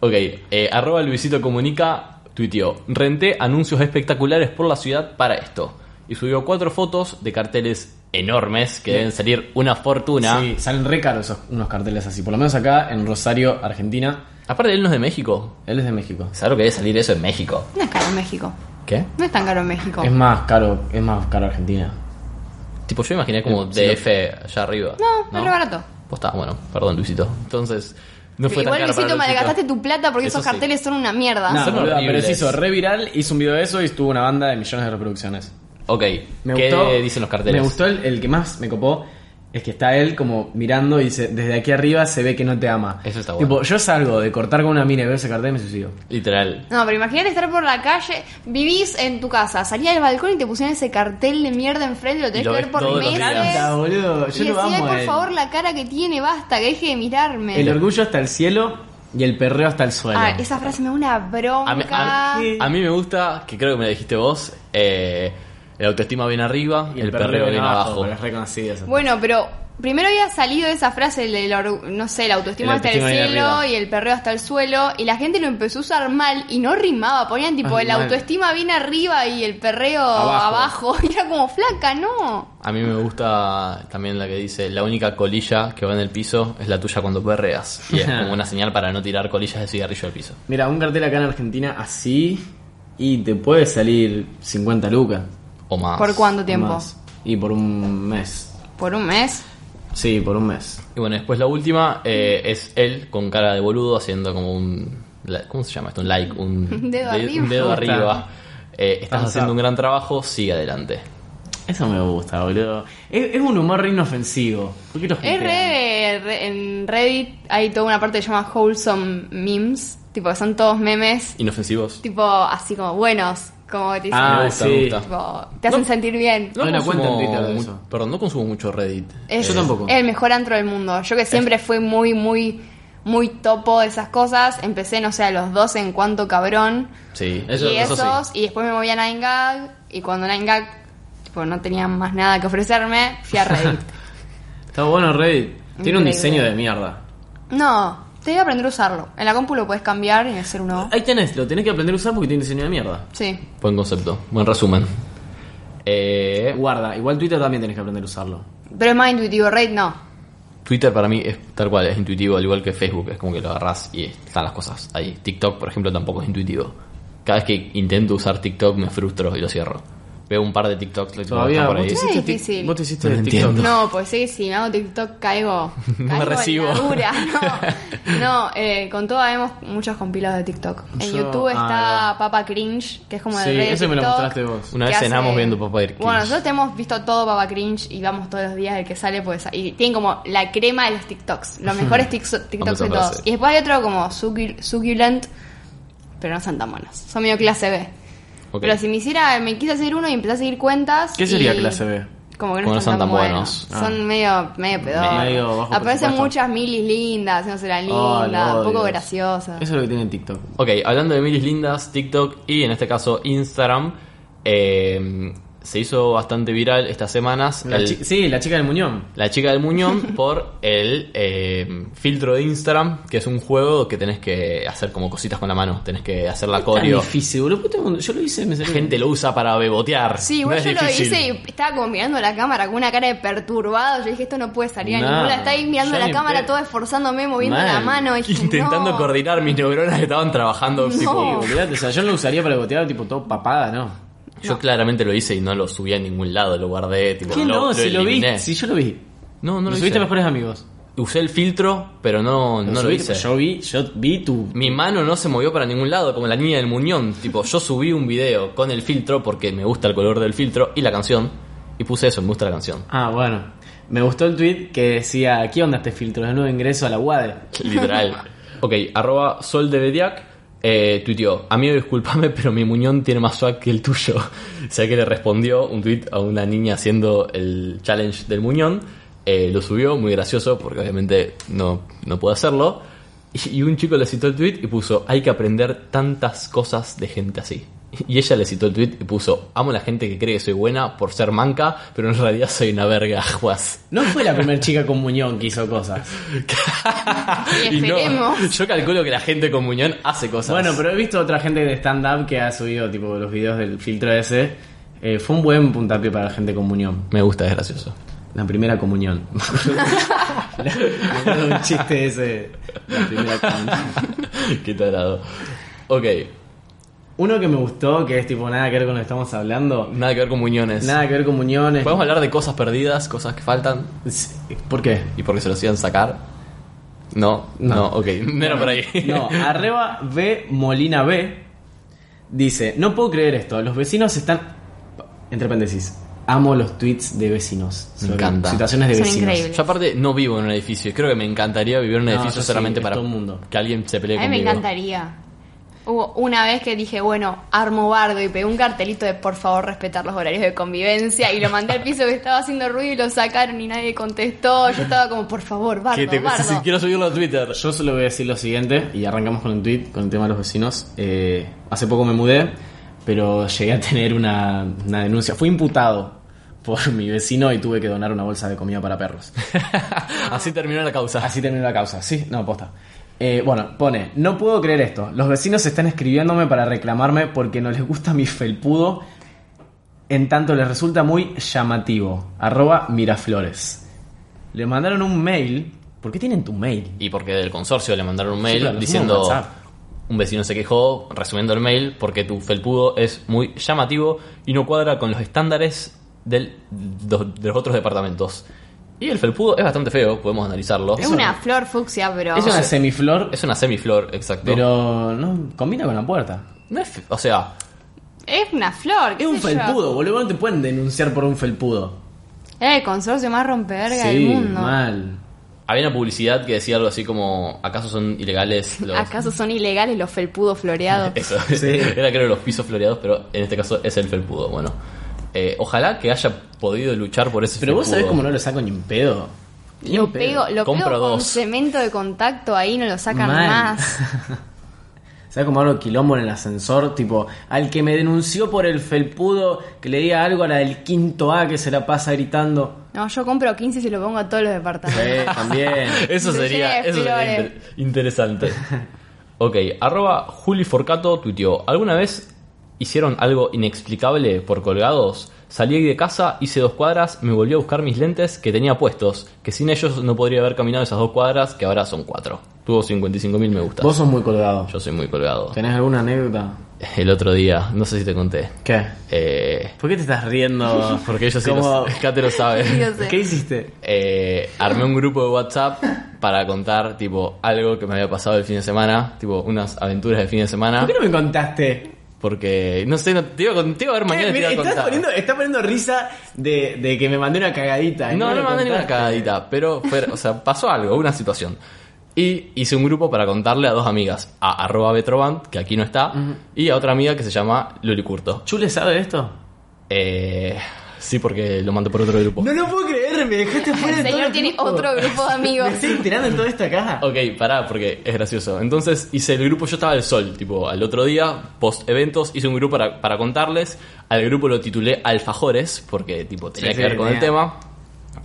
[SPEAKER 1] Ok, eh, arroba Luisito Comunica tuiteó, renté anuncios espectaculares por la ciudad para esto. Y subió cuatro fotos de carteles enormes que deben salir una fortuna.
[SPEAKER 2] Sí, salen re caros esos- unos carteles así. Por lo menos acá en Rosario, Argentina.
[SPEAKER 1] Aparte, él no es de México.
[SPEAKER 2] Él es de México.
[SPEAKER 1] ¿Sabes lo que debe salir eso en México?
[SPEAKER 3] No es caro en México.
[SPEAKER 1] ¿Qué?
[SPEAKER 3] No es tan caro en México.
[SPEAKER 2] Es más caro, es más caro Argentina.
[SPEAKER 1] Tipo, yo imaginé como
[SPEAKER 2] Eh, Sí, lo-
[SPEAKER 1] DF allá arriba.
[SPEAKER 3] No, es re barato.
[SPEAKER 1] Pues está, bueno, perdón, Luisito. Entonces, no fue tan caro
[SPEAKER 3] Igual
[SPEAKER 1] para
[SPEAKER 3] Luisito,
[SPEAKER 1] Luisito.
[SPEAKER 3] malgastaste tu plata porque
[SPEAKER 1] Eso
[SPEAKER 3] esos
[SPEAKER 1] sí.
[SPEAKER 3] carteles son una mierda.
[SPEAKER 2] Nah,
[SPEAKER 1] son
[SPEAKER 2] boluda, pero
[SPEAKER 1] horribles.
[SPEAKER 2] se hizo re viral, hizo un video de eso y tuvo una banda de millones de reproducciones.
[SPEAKER 1] Ok,
[SPEAKER 2] Me
[SPEAKER 1] ¿qué
[SPEAKER 2] gustó,
[SPEAKER 1] dicen los carteles?
[SPEAKER 2] Me gustó el, el que más me copó. Es que está él como mirando y dice, desde aquí arriba se ve que no te ama.
[SPEAKER 1] Eso está
[SPEAKER 2] Tipo,
[SPEAKER 1] bueno.
[SPEAKER 2] yo salgo de cortar con una mina y veo ese cartel y me suicido.
[SPEAKER 1] Literal.
[SPEAKER 3] No, pero imagínate estar por la calle, vivís en tu casa, salías al balcón y te pusieron ese cartel de mierda enfrente, lo tenés
[SPEAKER 1] Y lo
[SPEAKER 3] que
[SPEAKER 1] ves
[SPEAKER 3] ver por
[SPEAKER 1] todos los
[SPEAKER 3] meses.
[SPEAKER 1] días.
[SPEAKER 2] boludo.
[SPEAKER 3] Y decís, "Ay, por favor, la cara que tiene, basta, que deje de mirarme.
[SPEAKER 2] El orgullo hasta el cielo y el perreo hasta el suelo.
[SPEAKER 3] Ah, esa frase me da una bronca.
[SPEAKER 1] A mí, a- a mí me gusta, que creo que me lo dijiste vos, eh, la autoestima bien arriba,
[SPEAKER 2] Y
[SPEAKER 1] el, perreo bien abajo.
[SPEAKER 2] pero es reconocido eso.
[SPEAKER 3] Bueno, pero primero había salido esa frase del, or- no sé, la autoestima
[SPEAKER 2] El
[SPEAKER 3] hasta el
[SPEAKER 2] autoestima bien
[SPEAKER 3] cielo
[SPEAKER 2] arriba.
[SPEAKER 3] y el perreo hasta el suelo y la gente lo empezó a usar mal y no rimaba, ponían tipo
[SPEAKER 2] Ay,
[SPEAKER 3] el
[SPEAKER 2] mal.
[SPEAKER 3] autoestima bien arriba y el perreo
[SPEAKER 2] Abajo.
[SPEAKER 3] abajo, Y era como flaca, no.
[SPEAKER 1] A mí me gusta también la que dice, la única colilla que va en el piso es la tuya cuando perreas. Y es como una señal para no tirar colillas de cigarrillo al piso.
[SPEAKER 2] Mira, un cartel acá en Argentina así y te puede salir 50 lucas.
[SPEAKER 1] O más.
[SPEAKER 3] ¿Por cuánto tiempo?
[SPEAKER 2] más. Y por un mes.
[SPEAKER 3] Por un mes.
[SPEAKER 2] Sí, por un mes.
[SPEAKER 1] Y bueno, después la última eh, es él con cara de boludo haciendo como un... la- ¿Cómo se llama esto? Un like, un
[SPEAKER 3] Un dedo arriba.
[SPEAKER 1] un dedo
[SPEAKER 2] Me gusta. Ah,
[SPEAKER 1] arriba. Eh, estás
[SPEAKER 2] Thumbs
[SPEAKER 1] haciendo
[SPEAKER 2] up.
[SPEAKER 1] un gran trabajo, sigue adelante.
[SPEAKER 2] Eso me gusta, boludo. Es, es un humor re inofensivo. ¿Por qué los
[SPEAKER 3] Es re- re- en Reddit hay toda una parte que se llama Wholesome Memes, tipo que son todos memes,
[SPEAKER 1] Inofensivos.
[SPEAKER 3] tipo así como buenos, como que te dicen,
[SPEAKER 2] Ah,
[SPEAKER 1] Me gusta, me
[SPEAKER 2] sí.
[SPEAKER 1] gusta.
[SPEAKER 3] tipo, te hacen
[SPEAKER 1] No.
[SPEAKER 3] sentir bien.
[SPEAKER 2] Hay una cuenta en Twitter de
[SPEAKER 1] mu-
[SPEAKER 2] eso.
[SPEAKER 1] Perdón, no consumo mucho Reddit. Eh,
[SPEAKER 3] Es
[SPEAKER 2] Yo tampoco.
[SPEAKER 3] El mejor antro del mundo. Yo que siempre fui muy, muy, muy topo de esas cosas. Empecé, no sé, a los 12 en cuanto cabrón.
[SPEAKER 1] Sí,
[SPEAKER 3] y esos, y después me moví a Nine Gag. Y cuando Nine Gag, tipo, no tenía más nada que ofrecerme, fui a Reddit.
[SPEAKER 2] Está bueno Reddit. Tiene un
[SPEAKER 3] Increíble.
[SPEAKER 2] diseño de mierda.
[SPEAKER 3] no, te voy a aprender a usarlo. En la compu lo puedes cambiar y hacer uno.
[SPEAKER 2] Ahí tenés, lo tenés que aprender a usar porque tiene un diseño de mierda.
[SPEAKER 3] Sí.
[SPEAKER 1] Buen concepto, buen resumen. Eh,
[SPEAKER 2] Guarda, igual Twitter también tenés que aprender a usarlo.
[SPEAKER 3] Pero es más intuitivo, Reddit no.
[SPEAKER 1] Twitter para mí es tal cual, es intuitivo, al igual que Facebook, es como que lo agarras y están las cosas ahí. TikTok, por ejemplo, tampoco es intuitivo. Cada vez que intento usar TikTok me frustro y lo cierro. Veo un par de TikToks que
[SPEAKER 2] Todavía
[SPEAKER 1] están por
[SPEAKER 2] vos
[SPEAKER 1] ahí.
[SPEAKER 2] te
[SPEAKER 3] Sí,
[SPEAKER 2] hiciste,
[SPEAKER 3] difícil.
[SPEAKER 2] tic- vos te hiciste
[SPEAKER 1] No
[SPEAKER 2] de
[SPEAKER 1] lo
[SPEAKER 2] TikTok.
[SPEAKER 1] entiendo.
[SPEAKER 3] No, pues sí, si me hago TikTok caigo.
[SPEAKER 1] No
[SPEAKER 3] caigo en
[SPEAKER 1] recibo.
[SPEAKER 3] la dura, no. No, eh, con todo vemos muchos compilados de TikTok. En
[SPEAKER 2] Yo-
[SPEAKER 3] YouTube
[SPEAKER 2] ah,
[SPEAKER 3] está
[SPEAKER 2] ahí va.
[SPEAKER 3] Papa Cringe, que es como el
[SPEAKER 2] Sí,
[SPEAKER 3] rey de
[SPEAKER 2] ese me lo
[SPEAKER 3] TikTok,
[SPEAKER 2] mostraste vos.
[SPEAKER 1] Una
[SPEAKER 3] que
[SPEAKER 1] vez cenamos viendo Papa Cringe.
[SPEAKER 3] Bueno, nosotros tenemos visto todo Papa Cringe y vamos todos los días el que sale, pues. Y tienen como la crema de los TikToks, los mejores tikso- TikToks de
[SPEAKER 1] Vamos a
[SPEAKER 3] todos.
[SPEAKER 1] hacer.
[SPEAKER 3] Y después hay otro como sucul- Succulent, pero no son tan buenos. Son medio clase B.
[SPEAKER 1] Ok.
[SPEAKER 3] Pero si me hiciera, me quise hacer uno y empecé a seguir cuentas.
[SPEAKER 2] ¿Qué sería
[SPEAKER 3] y-
[SPEAKER 2] clase B?
[SPEAKER 3] Como que no,
[SPEAKER 1] Como
[SPEAKER 3] están tan buenos.
[SPEAKER 2] Ah.
[SPEAKER 3] Son medio, medio pedorros.
[SPEAKER 2] Medio bajo
[SPEAKER 3] Aparecen
[SPEAKER 2] presupuesto.
[SPEAKER 3] muchas milis lindas, no serán
[SPEAKER 2] Oh,
[SPEAKER 3] lindas,
[SPEAKER 2] lo
[SPEAKER 3] un poco
[SPEAKER 2] odio.
[SPEAKER 3] graciosas.
[SPEAKER 2] Eso es lo que tiene TikTok.
[SPEAKER 1] Ok, hablando de milis lindas, TikTok y en este caso Instagram, eh, se hizo bastante viral estas semanas.
[SPEAKER 2] La
[SPEAKER 1] el-
[SPEAKER 2] chi- sí, la chica del muñón.
[SPEAKER 1] La chica del muñón por el eh, filtro de Instagram, que es un juego que tenés que hacer como cositas con la mano, tenés que hacer la
[SPEAKER 2] Tan
[SPEAKER 1] coreo.
[SPEAKER 2] difícil, boludo. ¿Por qué todo el mundo- Yo lo hice, me
[SPEAKER 1] La
[SPEAKER 2] salió.
[SPEAKER 1] gente lo usa para bebotear.
[SPEAKER 3] Sí,
[SPEAKER 1] no
[SPEAKER 3] igual
[SPEAKER 1] es
[SPEAKER 3] yo
[SPEAKER 1] difícil.
[SPEAKER 3] lo hice y estaba como mirando la cámara con una cara de perturbado. Yo dije, esto no puede salir a
[SPEAKER 2] No,
[SPEAKER 3] ninguna. Estaba ahí mirando
[SPEAKER 2] yo
[SPEAKER 3] la
[SPEAKER 2] ni
[SPEAKER 3] cámara,
[SPEAKER 2] pe-
[SPEAKER 3] todo esforzándome, moviendo la
[SPEAKER 2] Mal.
[SPEAKER 3] mano. y dije,
[SPEAKER 1] Intentando
[SPEAKER 3] no.
[SPEAKER 1] coordinar mis neuronas que estaban trabajando.
[SPEAKER 3] No.
[SPEAKER 1] tipo,
[SPEAKER 2] Olvídate, o sea, yo no lo usaría para botear tipo todo papada, ¿no?
[SPEAKER 1] yo claramente lo hice y no lo subí a ningún lado, lo guardé. Tipo,
[SPEAKER 2] ¿Qué
[SPEAKER 1] lo-
[SPEAKER 2] no?
[SPEAKER 1] lo
[SPEAKER 2] si lo vi,
[SPEAKER 1] eliminé.
[SPEAKER 2] si yo lo vi.
[SPEAKER 1] No, no
[SPEAKER 2] lo
[SPEAKER 1] lo
[SPEAKER 2] subiste
[SPEAKER 1] hice.
[SPEAKER 2] a mejores amigos.
[SPEAKER 1] Usé el filtro, pero no, no lo
[SPEAKER 2] subí,
[SPEAKER 1] hice.
[SPEAKER 2] tipo, Yo vi, yo vi tu.
[SPEAKER 1] Mi mano no se movió para ningún lado, como la niña del muñón. Tipo, yo subí un video con el filtro porque me gusta el color del filtro y la canción. Y puse eso, me gusta la canción.
[SPEAKER 2] Ah, bueno. Me gustó el tweet que decía, ¿qué onda este filtro? Es nuevo ingreso a la UADE.
[SPEAKER 1] Literal. ok, arroba sol de Bediac. Eh, tuiteó, amigo, discúlpame, pero mi muñón tiene más swag que el tuyo. o sea que le respondió un tweet a una niña haciendo el challenge del muñón. Eh, lo subió, muy gracioso, porque obviamente no, no puede hacerlo. Y, y un chico le citó el tweet y puso, hay que aprender tantas cosas de gente así. Y ella le citó el tweet y puso, amo la gente que cree que soy buena por ser manca, pero en realidad soy una verga, juas.
[SPEAKER 2] No fue la primera chica con muñón que hizo cosas.
[SPEAKER 3] Y esperemos.
[SPEAKER 1] yo calculo que la gente con Muñón hace cosas.
[SPEAKER 2] Bueno, pero he visto otra gente de stand-up que ha subido tipo los videos del filtro ese. Eh, fue un buen puntapié para la gente de comunión.
[SPEAKER 1] Me gusta, es gracioso.
[SPEAKER 2] La primera comunión. Me acuerdo de un chiste ese. La primera comunión.
[SPEAKER 1] Qué tarado. Ok,
[SPEAKER 2] Uno que me gustó, que es tipo nada que ver con lo que estamos hablando.
[SPEAKER 1] nada que ver con muñones.
[SPEAKER 2] Nada que ver con muñones.
[SPEAKER 1] Podemos hablar de cosas perdidas, cosas que faltan
[SPEAKER 2] ¿Por qué?
[SPEAKER 1] y porque se los iban a sacar. No, no,
[SPEAKER 2] No.
[SPEAKER 1] ok, no era por ahí.
[SPEAKER 2] No, arreba B Molina B dice, no puedo creer esto, los vecinos están... Entre paréntesis, amo los tweets de vecinos.
[SPEAKER 1] Me
[SPEAKER 2] sobre
[SPEAKER 1] encanta.
[SPEAKER 2] Situaciones de
[SPEAKER 3] Son
[SPEAKER 2] vecinos.
[SPEAKER 3] increíbles.
[SPEAKER 1] Yo aparte no vivo en un edificio, y creo que me encantaría vivir en un
[SPEAKER 2] No,
[SPEAKER 1] edificio
[SPEAKER 2] yo sí,
[SPEAKER 1] solamente
[SPEAKER 2] es
[SPEAKER 1] para
[SPEAKER 2] todo un mundo.
[SPEAKER 1] que alguien se pelee
[SPEAKER 3] A mí me
[SPEAKER 1] conmigo.
[SPEAKER 3] encantaría. Hubo una vez que dije, bueno, armo bardo y pegué un cartelito de por favor respetar los horarios de convivencia y lo mandé al piso que estaba haciendo ruido y lo sacaron y nadie contestó. Yo estaba como, por favor, bardo,
[SPEAKER 1] Que te-
[SPEAKER 3] bardo.
[SPEAKER 1] si quiero subirlo a Twitter.
[SPEAKER 2] Yo solo voy a decir lo siguiente, y arrancamos con un tweet, con el tema de los vecinos. Eh, hace poco me mudé, pero llegué a tener una, una denuncia. Fui imputado por mi vecino y tuve que donar una bolsa de comida para perros.
[SPEAKER 1] Así terminó la causa.
[SPEAKER 2] Así terminó la causa, sí, no, posta. Eh, bueno, pone, no puedo creer esto. Los vecinos están escribiéndome para reclamarme porque no les gusta mi felpudo. En tanto les resulta muy llamativo. Arroba Miraflores. Le mandaron un mail. ¿Por qué tienen tu mail?
[SPEAKER 1] Y porque del consorcio le mandaron un mail
[SPEAKER 2] claro, es
[SPEAKER 1] diciendo
[SPEAKER 2] como WhatsApp.
[SPEAKER 1] un vecino se quejó, resumiendo el mail, porque tu felpudo es muy llamativo y no cuadra con los estándares del- do- de los otros departamentos. Y el felpudo es bastante feo, podemos analizarlo.
[SPEAKER 3] Es una flor fucsia, pero...
[SPEAKER 2] Es una semiflor,
[SPEAKER 1] Es una semiflor, exacto.
[SPEAKER 2] pero no combina con la puerta.
[SPEAKER 1] No es fe- o sea,
[SPEAKER 3] Es una flor, qué
[SPEAKER 2] Es un
[SPEAKER 3] sé yo.
[SPEAKER 2] felpudo, boludo. No te pueden denunciar por un felpudo.
[SPEAKER 3] Era el consorcio más rompeverga del
[SPEAKER 2] sí,
[SPEAKER 3] mundo.
[SPEAKER 2] mal.
[SPEAKER 1] había una publicidad que decía algo así como, ¿acaso son ilegales los...
[SPEAKER 3] ¿Acaso son ilegales los felpudos floreados?
[SPEAKER 1] Eso,
[SPEAKER 2] Sí.
[SPEAKER 1] era creo los pisos floreados, pero en este caso es el felpudo, bueno. Eh, ojalá que haya podido luchar por ese
[SPEAKER 2] Pero vos
[SPEAKER 1] felpudo.
[SPEAKER 2] sabés cómo no lo saco ni en pedo. Ni
[SPEAKER 3] Lo
[SPEAKER 2] en pedo.
[SPEAKER 3] pego, lo
[SPEAKER 1] Compro
[SPEAKER 3] pego con
[SPEAKER 1] dos.
[SPEAKER 3] cemento de contacto, ahí no lo sacan
[SPEAKER 2] Mal.
[SPEAKER 3] más.
[SPEAKER 2] ¿Sabes cómo hablo quilombo en el ascensor? Tipo, al que me denunció por el felpudo, que le diga algo a la del quinto A que se la pasa gritando.
[SPEAKER 3] No, yo compro 15 y se lo pongo a todos los departamentos.
[SPEAKER 2] Eh, también.
[SPEAKER 1] Eso
[SPEAKER 3] Se
[SPEAKER 1] sería,
[SPEAKER 3] lleve
[SPEAKER 1] eso sería
[SPEAKER 3] flores.
[SPEAKER 1] inter- interesante. Ok, arroba Juli Forcato tuiteó, ¿alguna vez hicieron algo inexplicable por colgados? Salí de casa, hice dos cuadras, me volví a buscar mis lentes que tenía puestos, que sin ellos no podría haber caminado esas dos cuadras, que ahora son cuatro. Tuvo 55.000 me gustas.
[SPEAKER 2] Vos sos muy colgado.
[SPEAKER 1] Yo soy muy colgado.
[SPEAKER 2] ¿Tenés alguna anécdota?
[SPEAKER 1] El otro día, no sé si te conté.
[SPEAKER 2] ¿Qué?
[SPEAKER 1] Eh,
[SPEAKER 2] ¿Por qué te estás riendo?
[SPEAKER 1] porque ellos sí
[SPEAKER 2] ¿Cómo?
[SPEAKER 1] lo, Kate lo
[SPEAKER 3] Sí,
[SPEAKER 1] sabe.
[SPEAKER 3] yo sé.
[SPEAKER 2] ¿Qué hiciste?
[SPEAKER 1] Eh, armé un grupo de WhatsApp para contar, tipo, algo que me había pasado el fin de semana, tipo, unas aventuras del fin de semana.
[SPEAKER 2] ¿Por qué no me contaste?
[SPEAKER 1] Porque, no sé, no, te, iba a, con- te iba a ver mañana
[SPEAKER 2] Eh,
[SPEAKER 1] y te
[SPEAKER 2] mira,
[SPEAKER 1] iba a contar.
[SPEAKER 2] estás, poniendo, estás poniendo risa de, de que me mandé una cagadita. ¿eh? y
[SPEAKER 1] No, no
[SPEAKER 2] me
[SPEAKER 1] me mandé ninguna
[SPEAKER 2] contaste.
[SPEAKER 1] cagadita, pero fue- o sea, pasó algo, una situación. Y hice un grupo para contarle a dos amigas, a arroba Betrovant, que aquí no está, y a otra amiga que se llama Luli Curto.
[SPEAKER 2] ¿Chule sabe de esto?
[SPEAKER 1] Eh, sí, porque lo mandé por otro grupo.
[SPEAKER 2] No lo puedo creer, me dejaste fuera
[SPEAKER 3] El
[SPEAKER 2] de todo
[SPEAKER 3] señor tiene
[SPEAKER 2] grupo.
[SPEAKER 3] otro grupo de
[SPEAKER 2] Me
[SPEAKER 3] amigos.
[SPEAKER 2] estoy enterando en todo esto acá.
[SPEAKER 1] Ok, pará, porque es gracioso. Entonces hice el grupo, yo estaba al sol, tipo, al otro día, post eventos, hice un grupo para, para contarles. Al grupo lo titulé Alfajores, porque, tipo, tenía
[SPEAKER 2] Sí,
[SPEAKER 1] que
[SPEAKER 2] sí,
[SPEAKER 1] ver con el
[SPEAKER 2] tenía.
[SPEAKER 1] tema.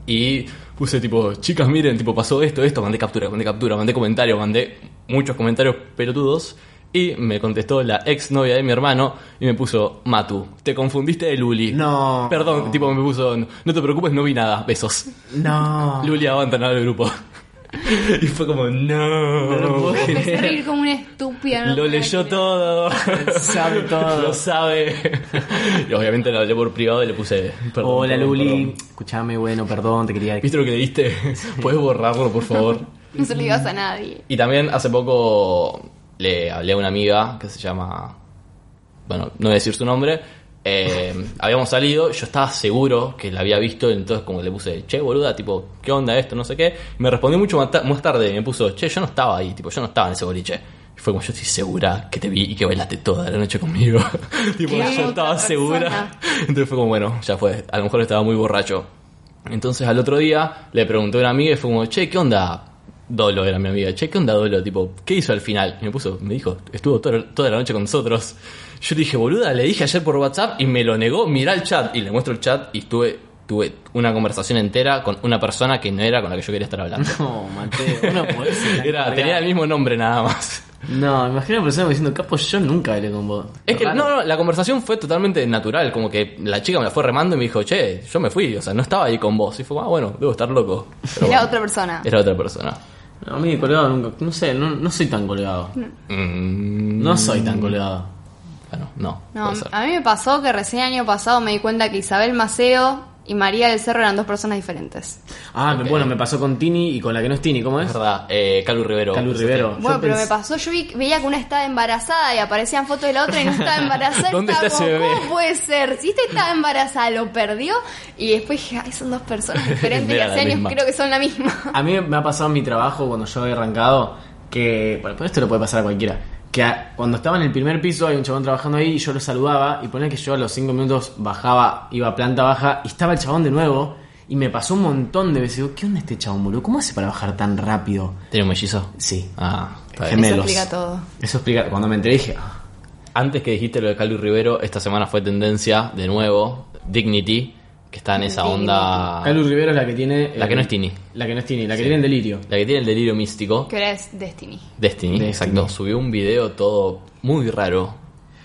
[SPEAKER 1] Y puse, tipo, chicas, miren, tipo, pasó esto, esto, mandé captura, mandé captura, mandé comentario, mandé muchos comentarios pelotudos. Y me contestó la ex novia de mi hermano y me puso, Matu, te confundiste de Luli.
[SPEAKER 2] No.
[SPEAKER 1] Perdón, tipo, me puso, no te preocupes, no vi nada, besos.
[SPEAKER 2] No.
[SPEAKER 1] Luli abandonó el grupo. y fue como, no.
[SPEAKER 2] No lo puedo
[SPEAKER 3] Me hace reír como una estúpida. no
[SPEAKER 1] Lo
[SPEAKER 3] puedo
[SPEAKER 1] leyó
[SPEAKER 3] creer.
[SPEAKER 1] todo.
[SPEAKER 2] Sabe todo.
[SPEAKER 1] Lo sabe. y obviamente lo hablé por privado y le puse. perdón,
[SPEAKER 2] Hola
[SPEAKER 1] perdón,
[SPEAKER 2] Luli,
[SPEAKER 1] perdón.
[SPEAKER 2] escúchame, bueno, perdón, te quería
[SPEAKER 1] ¿Viste lo que leíste? Puedes borrarlo, por favor.
[SPEAKER 3] No se lo digas a nadie.
[SPEAKER 1] Y también hace poco le hablé a una amiga que se llama. Bueno, no voy a decir su nombre. Eh, habíamos salido, yo estaba seguro que la había visto, entonces como le puse, che, boluda, tipo, ¿qué onda esto? No sé qué. Me respondió mucho más, ta- más tarde, me puso, che, yo no estaba ahí, tipo, yo no estaba en ese boliche. Y fue como, yo estoy segura que te vi y que bailaste toda la noche conmigo. tipo,
[SPEAKER 3] Qué
[SPEAKER 1] yo estaba
[SPEAKER 3] otra
[SPEAKER 1] segura.
[SPEAKER 3] persona.
[SPEAKER 1] Entonces fue como, bueno, ya fue, a lo mejor estaba muy borracho. Entonces al otro día le pregunté a una amiga y fue como, che, ¿qué onda? Dolo era mi amiga, che, ¿qué onda Dolo? Tipo, ¿qué hizo al final? Y me puso, me dijo, estuvo to- toda la noche con nosotros. Yo le dije, boluda, le dije ayer por WhatsApp y me lo negó, mirá el chat. Y le muestro el chat y estuve tuve una conversación entera con una persona que no era con la que yo quería estar hablando.
[SPEAKER 2] No, Mateo, no podés ser tan
[SPEAKER 1] Era,
[SPEAKER 2] cargado.
[SPEAKER 1] tenía el mismo nombre nada más.
[SPEAKER 2] No, imagina una persona diciendo, capo, yo nunca hablé con vos.
[SPEAKER 1] Es que
[SPEAKER 2] Raro.
[SPEAKER 1] no, no, la conversación fue totalmente natural, como que la chica me la fue remando y me dijo, che, yo me fui, o sea, no estaba ahí con vos. Y fue, ah, bueno, debo estar loco.
[SPEAKER 2] Ah.
[SPEAKER 1] Pero
[SPEAKER 3] Era
[SPEAKER 1] bueno,
[SPEAKER 3] otra persona.
[SPEAKER 1] Era otra persona.
[SPEAKER 2] No, a mí de colgado nunca. No sé, no, no soy tan colgado.
[SPEAKER 1] Mm,
[SPEAKER 2] No soy tan colgado.
[SPEAKER 1] Bueno, no.
[SPEAKER 3] No,
[SPEAKER 1] puede
[SPEAKER 2] ah.
[SPEAKER 1] ser.
[SPEAKER 3] a mí me pasó que recién el año pasado me di cuenta que Isabel Maceo y María del Cerro eran dos personas diferentes.
[SPEAKER 2] Ah, me-
[SPEAKER 1] Ok.
[SPEAKER 2] bueno, me pasó con Tini y con la que no es Tini, ¿cómo
[SPEAKER 1] Es
[SPEAKER 2] es?
[SPEAKER 1] verdad, eh, Calu Rivero.
[SPEAKER 2] Calu Rivero. Yo
[SPEAKER 3] Bueno, pero
[SPEAKER 2] pensé-
[SPEAKER 3] me pasó, yo vi- veía que una estaba embarazada y aparecían fotos de la otra y no estaba embarazada.
[SPEAKER 1] ¿Dónde
[SPEAKER 3] estaba
[SPEAKER 1] está
[SPEAKER 3] como,
[SPEAKER 1] ese bebé?
[SPEAKER 3] ¿Cómo puede ser? Si esta estaba embarazada, lo perdió y después dije, ay, son dos personas diferentes y
[SPEAKER 1] Era
[SPEAKER 3] hace
[SPEAKER 1] la
[SPEAKER 3] años
[SPEAKER 1] misma.
[SPEAKER 3] creo que son la misma.
[SPEAKER 2] A mí me ha pasado en mi trabajo cuando yo he arrancado que. Bueno, pero esto le puede pasar a cualquiera. Que a- cuando estaba en el primer piso hay un chabón trabajando ahí y yo lo saludaba y ponía que yo a los 5 minutos bajaba, iba a planta baja y estaba el chabón de nuevo y me pasó un montón de veces. Digo, ¿qué onda este chabón, boludo? ¿Cómo hace para bajar tan rápido?
[SPEAKER 1] ¿Tiene un mellizo?
[SPEAKER 2] Sí.
[SPEAKER 1] Ah, está bien.
[SPEAKER 2] Gemelos.
[SPEAKER 3] Eso explica todo.
[SPEAKER 2] Eso explica. Cuando me enteré dije, "Ah,
[SPEAKER 1] Antes que dijiste lo de Calu Rivero, esta semana fue tendencia, de nuevo, Dignity, que está en esa
[SPEAKER 3] Dignity.
[SPEAKER 1] onda...
[SPEAKER 2] Calu Rivero es la que tiene.
[SPEAKER 1] La
[SPEAKER 2] eh,
[SPEAKER 1] que no es Tini.
[SPEAKER 2] La que no es Tini, la que tiene el delirio.
[SPEAKER 1] La que tiene el delirio místico.
[SPEAKER 3] Que ahora es Destiny.
[SPEAKER 1] Destiny,
[SPEAKER 2] Destiny.
[SPEAKER 1] exacto. Subió un video todo muy raro.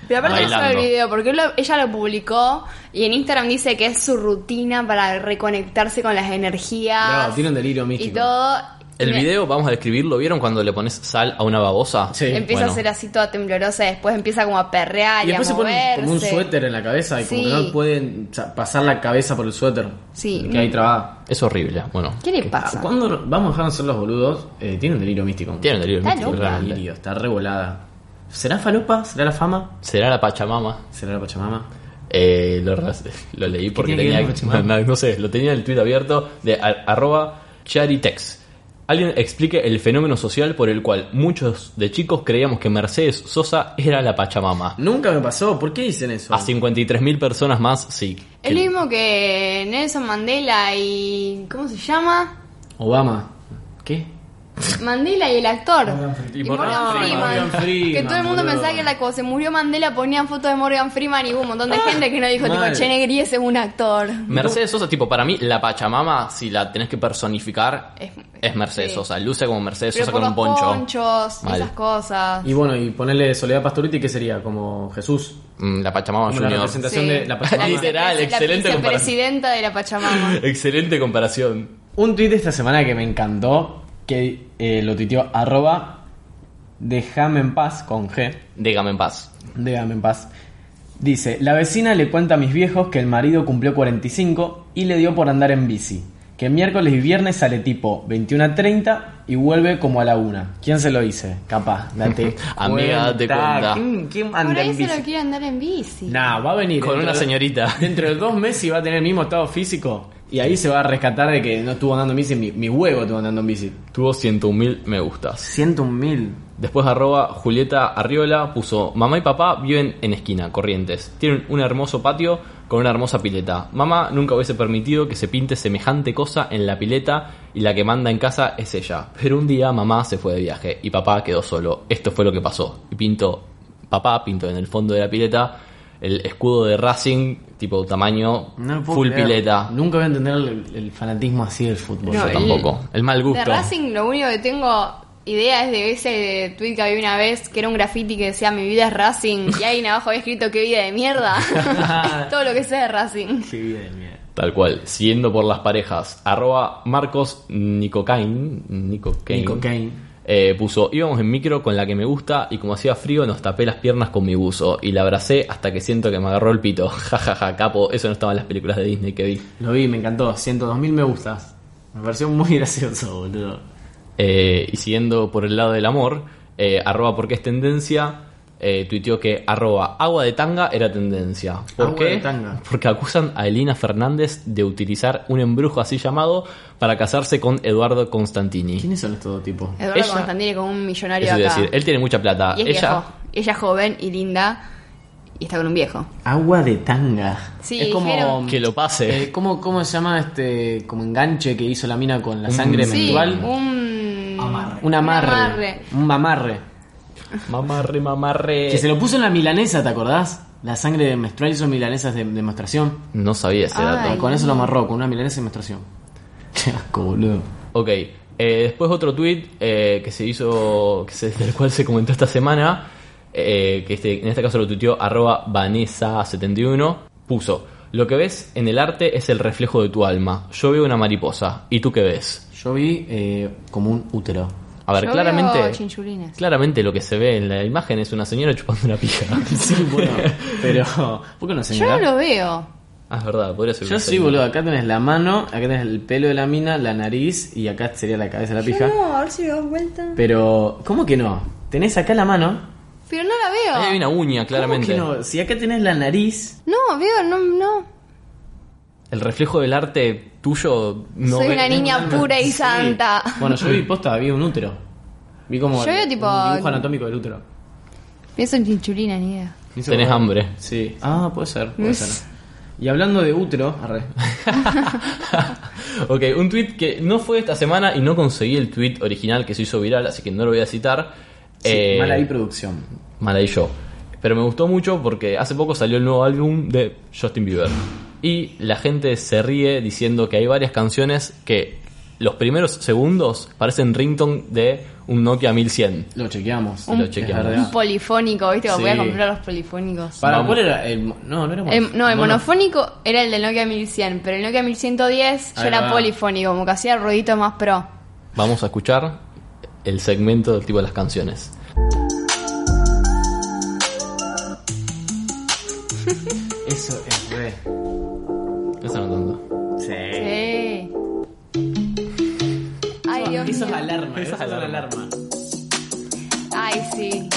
[SPEAKER 3] Pero aparte no
[SPEAKER 1] Bailando.
[SPEAKER 3] solo el video, porque lo- ella lo publicó y en Instagram dice que es su rutina para reconectarse con las energías.
[SPEAKER 2] No, tiene un delirio
[SPEAKER 3] Ah, y
[SPEAKER 2] místico.
[SPEAKER 3] todo.
[SPEAKER 1] El
[SPEAKER 3] Me-
[SPEAKER 1] video, vamos a describirlo, ¿vieron cuando le pones sal a una babosa?
[SPEAKER 2] Sí.
[SPEAKER 3] Empieza
[SPEAKER 1] Bueno.
[SPEAKER 3] a ser así toda temblorosa, después empieza como a perrear
[SPEAKER 2] Y
[SPEAKER 3] y, a
[SPEAKER 2] después se pone
[SPEAKER 3] moverse.
[SPEAKER 2] como un suéter en la cabeza y como
[SPEAKER 3] Sí.
[SPEAKER 2] que no pueden sa- pasar la cabeza por el suéter.
[SPEAKER 3] Sí.
[SPEAKER 2] Que hay trabada.
[SPEAKER 1] Es horrible, bueno.
[SPEAKER 3] ¿Qué le pasa?
[SPEAKER 2] ¿Cuándo vamos a dejar de ser los boludos? Eh, tiene un delirio místico.
[SPEAKER 1] Tiene un delirio
[SPEAKER 3] Está
[SPEAKER 1] místico,
[SPEAKER 3] loca.
[SPEAKER 1] realmente.
[SPEAKER 2] delirio, está revolada. ¿Será falopa? ¿Será la fama?
[SPEAKER 1] ¿Será la Pachamama?
[SPEAKER 2] ¿Será la Pachamama?
[SPEAKER 1] Eh, lo, lo leí porque
[SPEAKER 2] tiene que
[SPEAKER 1] tenía...
[SPEAKER 2] ver la Pachamama?
[SPEAKER 1] No, no sé, lo tenía en el tweet abierto de ar- arroba charitex. Alguien explique el fenómeno social por el cual muchos de chicos creíamos que Mercedes Sosa era la Pachamama.
[SPEAKER 2] Nunca me pasó, ¿por qué dicen eso?
[SPEAKER 1] A 53.000 personas más, sí.
[SPEAKER 3] Es lo mismo que Nelson Mandela y. ¿Cómo se llama?
[SPEAKER 2] Obama. ¿Qué?
[SPEAKER 3] Mandela y el actor.
[SPEAKER 1] Y Morgan Freeman.
[SPEAKER 2] Morgan Freeman,
[SPEAKER 3] Que todo el mundo
[SPEAKER 2] boludo. Ah.
[SPEAKER 3] pensaba que era como se murió Mandela, ponían fotos de Morgan Freeman y hubo un montón de gente que no dijo, tipo,
[SPEAKER 2] Mal.
[SPEAKER 3] Che Negri ese es un actor.
[SPEAKER 1] Mercedes Sosa, tipo, para mí, la Pachamama, si la tenés que personificar, es,
[SPEAKER 3] Es-
[SPEAKER 1] Mercedes
[SPEAKER 3] sí.
[SPEAKER 1] Sosa. Luce como Mercedes
[SPEAKER 3] Pero
[SPEAKER 1] Sosa
[SPEAKER 3] por
[SPEAKER 1] con
[SPEAKER 3] los
[SPEAKER 1] un poncho.
[SPEAKER 3] ponchos,
[SPEAKER 1] Mal.
[SPEAKER 3] esas cosas.
[SPEAKER 2] Y bueno, y ponerle Soledad Pastoriti, ¿qué sería? Como Jesús.
[SPEAKER 1] Mm, La Pachamama
[SPEAKER 2] Como la
[SPEAKER 1] Junior.
[SPEAKER 2] representación de la Pachamama.
[SPEAKER 1] Literal, excelente
[SPEAKER 3] La
[SPEAKER 1] comparación.
[SPEAKER 3] presidenta de la Pachamama.
[SPEAKER 1] Excelente comparación.
[SPEAKER 2] Un tweet esta semana que me encantó, que eh, lo tuiteó arroba Déjame en paz con G.
[SPEAKER 1] Dígame en paz.
[SPEAKER 2] Déjame en paz. Dice, la vecina le cuenta a mis viejos que el marido cumplió 45 y le dio por andar en bici. Que miércoles y viernes sale tipo 21 a 30 y vuelve como a la 1. ¿Quién se lo dice? Capaz, date.
[SPEAKER 1] Amiga, date cuenta.
[SPEAKER 2] ¿Quién, quién anda
[SPEAKER 3] Por ahí
[SPEAKER 2] en
[SPEAKER 3] se
[SPEAKER 2] bici?
[SPEAKER 3] lo quiere andar en bici.
[SPEAKER 2] Nah, va a venir.
[SPEAKER 1] Con
[SPEAKER 2] dentro
[SPEAKER 1] una
[SPEAKER 2] de-
[SPEAKER 1] señorita.
[SPEAKER 2] Dentro de dos meses va a tener el mismo estado físico y ahí se va a rescatar de que no estuvo andando en bici. Mi, mi huevo estuvo andando en bici.
[SPEAKER 1] Tuvo 101.000 me gustas.
[SPEAKER 2] Siento un mil.
[SPEAKER 1] Después arroba Julieta Arriola puso, mamá y papá viven en esquina, corrientes. Tienen un hermoso patio con una hermosa pileta. Mamá nunca hubiese permitido que se pinte semejante cosa en la pileta y la que manda en casa es ella. Pero un día mamá se fue de viaje y papá quedó solo. Esto fue lo que pasó. Y pintó, papá pintó en el fondo de la pileta el escudo de Racing, tipo tamaño,
[SPEAKER 2] No lo puedo
[SPEAKER 1] full
[SPEAKER 2] creer.
[SPEAKER 1] pileta.
[SPEAKER 2] Nunca voy a entender el, el fanatismo así del fútbol.
[SPEAKER 3] No,
[SPEAKER 1] Yo
[SPEAKER 3] el-
[SPEAKER 1] tampoco. El mal gusto.
[SPEAKER 3] De Racing lo único que tengo idea es de ese tweet que había una vez que era un graffiti que decía mi vida es Racing y alguien abajo había escrito qué vida de mierda. Es todo lo que sé de Racing.
[SPEAKER 2] Qué vida de mierda.
[SPEAKER 1] Tal cual, siguiendo por las parejas, arroba Marcos Nicocain, Nicocain,
[SPEAKER 2] Nicocain.
[SPEAKER 1] eh, puso, íbamos en micro con la que me gusta y como hacía frío nos tapé las piernas con mi buzo y la abracé hasta que siento que me agarró el pito. Jajaja, capo, eso no estaba en las películas de Disney que vi.
[SPEAKER 2] Lo vi, me encantó. 102.000 me gustas. Me pareció muy gracioso, boludo.
[SPEAKER 1] Eh, y siguiendo por el lado del amor, eh, arroba porque es tendencia, eh, tuiteó que arroba agua de tanga era tendencia. ¿Por
[SPEAKER 2] Agua
[SPEAKER 1] qué?
[SPEAKER 2] de tanga.
[SPEAKER 1] Porque acusan a Elina Fernández de utilizar un embrujo así llamado para casarse con Eduardo Constantini.
[SPEAKER 2] ¿Quiénes son estos dos tipos?
[SPEAKER 3] Eduardo
[SPEAKER 1] Ella-
[SPEAKER 3] Constantini con un millonario
[SPEAKER 1] Eso
[SPEAKER 3] acá.
[SPEAKER 1] iba a decir, él tiene mucha plata.
[SPEAKER 3] y es
[SPEAKER 1] ella,
[SPEAKER 3] viejo. Ella es joven y linda y está con un viejo.
[SPEAKER 2] Agua de tanga.
[SPEAKER 3] Sí,
[SPEAKER 2] es como.
[SPEAKER 3] dijeron-
[SPEAKER 1] que lo
[SPEAKER 2] eh,
[SPEAKER 1] pase.
[SPEAKER 2] ¿cómo, ¿Cómo se llama este como enganche que hizo la mina con la
[SPEAKER 1] Mm.
[SPEAKER 2] sangre
[SPEAKER 3] Sí,
[SPEAKER 2] menstrual?
[SPEAKER 3] un...
[SPEAKER 2] Un amarre.
[SPEAKER 3] Un amarre.
[SPEAKER 2] Un mamarre.
[SPEAKER 1] mamarre, mamarre.
[SPEAKER 2] Eh. Que se lo puso en la milanesa, ¿te acordás? La sangre de menstrual hizo milanesas de demostración.
[SPEAKER 1] No sabía ese dato.
[SPEAKER 3] Ay.
[SPEAKER 2] Con eso lo amarró, con una milanesa de menstruación. Qué asco, boludo.
[SPEAKER 1] Ok. eh, después otro tweet eh, que se hizo, que se- del cual se comentó esta semana, eh, que este- en este caso lo tuiteó arroba Vanessa71, puso, lo que ves en el arte es el reflejo de tu alma. Yo veo una mariposa. ¿Y tú qué ves?
[SPEAKER 2] Yo vi eh, como un útero.
[SPEAKER 1] A ver,
[SPEAKER 3] Yo
[SPEAKER 1] claramente...
[SPEAKER 3] veo chinchulines.
[SPEAKER 1] Claramente lo que se ve en la imagen es una señora chupando una pija.
[SPEAKER 2] Sí, bueno, pero. ¿Por qué no
[SPEAKER 3] Yo
[SPEAKER 2] señora?
[SPEAKER 3] no lo veo.
[SPEAKER 1] Ah, es verdad, podría ser
[SPEAKER 2] Yo
[SPEAKER 1] una
[SPEAKER 2] sí,
[SPEAKER 1] señora.
[SPEAKER 2] boludo. Acá tenés la mano, acá tenés el pelo de la mina, la nariz y acá sería la cabeza de la pija.
[SPEAKER 4] No, a ver si me das vuelta.
[SPEAKER 2] Pero, ¿cómo que no? Tenés acá la mano.
[SPEAKER 3] Pero no la veo.
[SPEAKER 1] Ahí hay una uña, claramente.
[SPEAKER 2] ¿Cómo que no? Si acá tenés la nariz.
[SPEAKER 3] No, veo, no, no.
[SPEAKER 1] El reflejo del arte tuyo no
[SPEAKER 3] Soy
[SPEAKER 1] ve-
[SPEAKER 3] una niña pura y
[SPEAKER 2] Sí.
[SPEAKER 3] santa.
[SPEAKER 2] Bueno, yo vi posta, vi un útero. Vi como
[SPEAKER 3] Yo
[SPEAKER 2] el-
[SPEAKER 3] veo tipo-
[SPEAKER 2] un dibujo anatómico del útero.
[SPEAKER 3] Pienso en chinchulina, ni idea.
[SPEAKER 2] Hizo
[SPEAKER 1] Tenés
[SPEAKER 2] como-
[SPEAKER 1] hambre.
[SPEAKER 2] Sí. Ah, puede ser, puede ser. Y hablando de útero, arre.
[SPEAKER 1] ok, un tweet que no fue esta semana y no conseguí el tweet original que se hizo viral, así que no lo voy a citar.
[SPEAKER 2] Sí,
[SPEAKER 1] Eh,
[SPEAKER 2] mala ahí producción.
[SPEAKER 1] Mala y yo. Pero me gustó mucho porque hace poco salió el nuevo álbum de Justin Bieber. Y la gente se ríe diciendo que hay varias canciones que los primeros segundos parecen ringtone de un Nokia 1100.
[SPEAKER 2] Lo chequeamos.
[SPEAKER 1] Lo
[SPEAKER 2] Es
[SPEAKER 1] chequeamos.
[SPEAKER 2] verdad.
[SPEAKER 3] Un polifónico, ¿viste? Voy a
[SPEAKER 2] Sí. Ah,
[SPEAKER 3] comprar los polifónicos.
[SPEAKER 2] Para,
[SPEAKER 1] Vamos.
[SPEAKER 2] ¿cuál era? El, mo- no, no era
[SPEAKER 3] El- Em, no, el
[SPEAKER 2] mono-
[SPEAKER 3] monofónico era el del Nokia 1100, pero el Nokia 1110 yo
[SPEAKER 2] Ahí
[SPEAKER 3] era
[SPEAKER 2] va.
[SPEAKER 3] polifónico, como que hacía ruiditos más pro.
[SPEAKER 1] Vamos a escuchar el segmento del tipo de las canciones.
[SPEAKER 2] Eso es re.
[SPEAKER 1] Eso no tanto.
[SPEAKER 2] Sí.
[SPEAKER 3] Sí. Ay, Dios
[SPEAKER 2] Eso es
[SPEAKER 3] mío.
[SPEAKER 2] alarma, eso es alarma.
[SPEAKER 3] Ay, sí.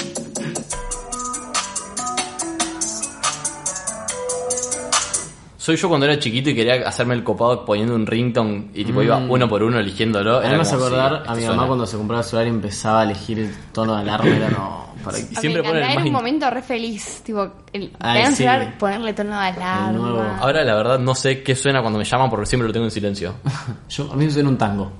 [SPEAKER 1] Soy yo cuando era chiquito y quería hacerme el copado poniendo un ringtone y tipo iba uno por uno eligiéndolo.
[SPEAKER 2] Mm. A mí
[SPEAKER 1] Era
[SPEAKER 2] me hace
[SPEAKER 1] como,
[SPEAKER 2] acordar
[SPEAKER 1] sí,
[SPEAKER 2] a mi
[SPEAKER 1] esto
[SPEAKER 2] mamá
[SPEAKER 1] suena.
[SPEAKER 2] cuando se compraba el celular y empezaba a elegir el tono de alarma. Era no. Para
[SPEAKER 1] Sí.
[SPEAKER 3] A
[SPEAKER 1] Siempre
[SPEAKER 3] mí me
[SPEAKER 1] ponen el
[SPEAKER 3] encanta, era un
[SPEAKER 1] más-
[SPEAKER 3] momento re feliz. Tipo, el,
[SPEAKER 2] Ay,
[SPEAKER 3] tenían
[SPEAKER 2] sí.
[SPEAKER 3] celular, ponerle tono de
[SPEAKER 2] El nuevo.
[SPEAKER 3] alarma.
[SPEAKER 1] Ahora la verdad no sé qué suena cuando me llaman porque siempre lo tengo en silencio.
[SPEAKER 2] Yo, a mí me suena un tango.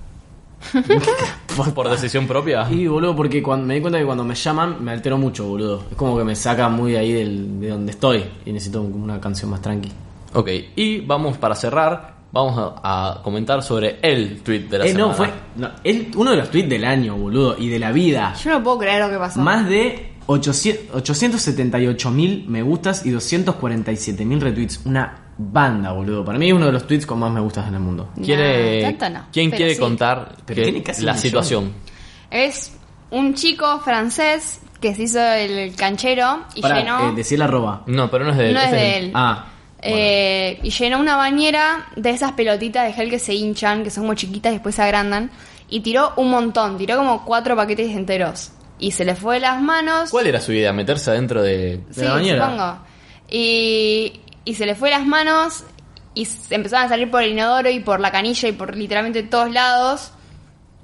[SPEAKER 1] Por decisión propia.
[SPEAKER 2] Y boludo, porque cuando, me di cuenta que cuando me llaman me altero mucho, boludo. Es como que me saca muy de ahí del- de donde estoy y necesito un- una canción más tranqui.
[SPEAKER 1] Ok, y vamos para cerrar, vamos a, a comentar sobre el tweet de la
[SPEAKER 2] Eh,
[SPEAKER 1] semana.
[SPEAKER 2] no, fue no, el- uno de los tweets del año, boludo, y de la vida.
[SPEAKER 3] Yo no puedo creer lo que pasó.
[SPEAKER 2] Más de 800 878 mil me gustas y 247 mil retweets. Una banda, boludo. Para mí es uno de los tweets con más me gustas en el mundo.
[SPEAKER 1] ¿Quiere,
[SPEAKER 3] Nah, tanto no,
[SPEAKER 1] ¿Quién
[SPEAKER 3] pero
[SPEAKER 1] quiere
[SPEAKER 3] sí.
[SPEAKER 1] contar
[SPEAKER 2] Pero
[SPEAKER 1] que-
[SPEAKER 2] tiene casi un
[SPEAKER 1] la
[SPEAKER 2] millón.
[SPEAKER 1] situación?
[SPEAKER 3] Es un chico francés que se hizo el canchero y
[SPEAKER 2] Para
[SPEAKER 1] eh,
[SPEAKER 3] llenó.
[SPEAKER 2] decir la eh, arroba.
[SPEAKER 1] No, pero no es de él.
[SPEAKER 3] No es
[SPEAKER 1] este
[SPEAKER 3] de él.
[SPEAKER 2] Ah,
[SPEAKER 3] Eh, y llenó una bañera de esas pelotitas de gel que se hinchan, que son muy chiquitas y después se agrandan. Y tiró un montón, tiró como cuatro paquetes enteros. Y se le fue de las manos.
[SPEAKER 1] ¿Cuál era su idea? ¿Meterse adentro de...?
[SPEAKER 3] Sí,
[SPEAKER 2] la bañera?
[SPEAKER 3] supongo. Y, y se le fue de las manos y se empezaron a salir por el inodoro y por la canilla y por literalmente todos lados.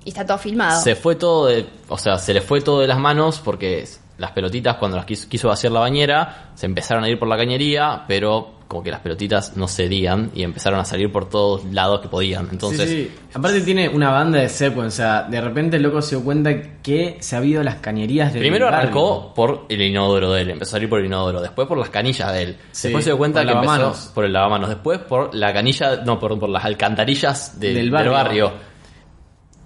[SPEAKER 3] Y está todo filmado.
[SPEAKER 1] Se fue todo de... O sea, se le fue todo de las manos porque las pelotitas cuando las quiso, quiso vaciar la bañera se empezaron a ir por la cañería, pero como que las pelotitas no cedían y empezaron a salir por todos lados que podían. Entonces...
[SPEAKER 2] Sí, sí. Aparte tiene una banda de secuencia. O sea, de repente el loco se dio cuenta que se ha habido las cañerías del
[SPEAKER 1] Primero
[SPEAKER 2] barrio.
[SPEAKER 1] arrancó por el inodoro de él, empezó a salir por el inodoro, después por las canillas de él,
[SPEAKER 2] Sí,
[SPEAKER 1] después se dio cuenta
[SPEAKER 2] por
[SPEAKER 1] que
[SPEAKER 2] el
[SPEAKER 1] empezó
[SPEAKER 2] lavamanos.
[SPEAKER 1] por el lavamanos, después por la canilla, no, perdón, por las alcantarillas de-
[SPEAKER 2] Del
[SPEAKER 1] del,
[SPEAKER 2] barrio.
[SPEAKER 1] barrio.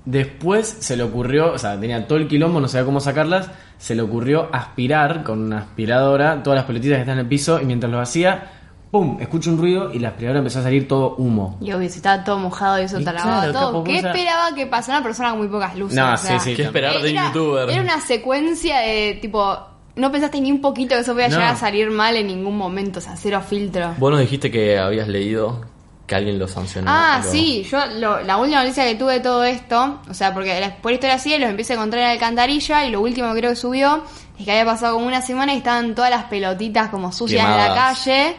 [SPEAKER 2] Después se le ocurrió, o sea, tenía todo el quilombo, no sabía cómo sacarlas. Se le ocurrió aspirar con una aspiradora todas las pelotitas que están en el piso y mientras lo hacía, ¡pum! Escucha un ruido y la aspiradora empezó a salir todo humo.
[SPEAKER 3] Y obvio, si estaba todo mojado y eso
[SPEAKER 2] Y
[SPEAKER 3] te lavaba
[SPEAKER 2] claro,
[SPEAKER 3] todo.
[SPEAKER 2] capaz
[SPEAKER 3] ¿Qué
[SPEAKER 2] vos ya-
[SPEAKER 3] esperaba que pasara una persona con muy pocas luces?
[SPEAKER 2] No,
[SPEAKER 3] O
[SPEAKER 2] sí,
[SPEAKER 3] sea, eh,
[SPEAKER 2] sí.
[SPEAKER 1] ¿Qué esperar de un
[SPEAKER 3] era,
[SPEAKER 1] youtuber?
[SPEAKER 3] Era una secuencia de tipo. No pensaste ni un poquito que eso podía
[SPEAKER 2] No.
[SPEAKER 3] llegar a salir mal en ningún momento, o sea, cero filtro.
[SPEAKER 1] Vos nos dijiste que habías leído que alguien lo sancionó.
[SPEAKER 3] ah,
[SPEAKER 1] pero-
[SPEAKER 3] sí, yo lo- la última noticia que tuve de todo esto, o sea, porque la- por historia así los empecé a encontrar en la alcantarilla y lo último que creo que subió es que había pasado como una semana y estaban todas las pelotitas como sucias en la
[SPEAKER 1] Quemadas.
[SPEAKER 3] calle,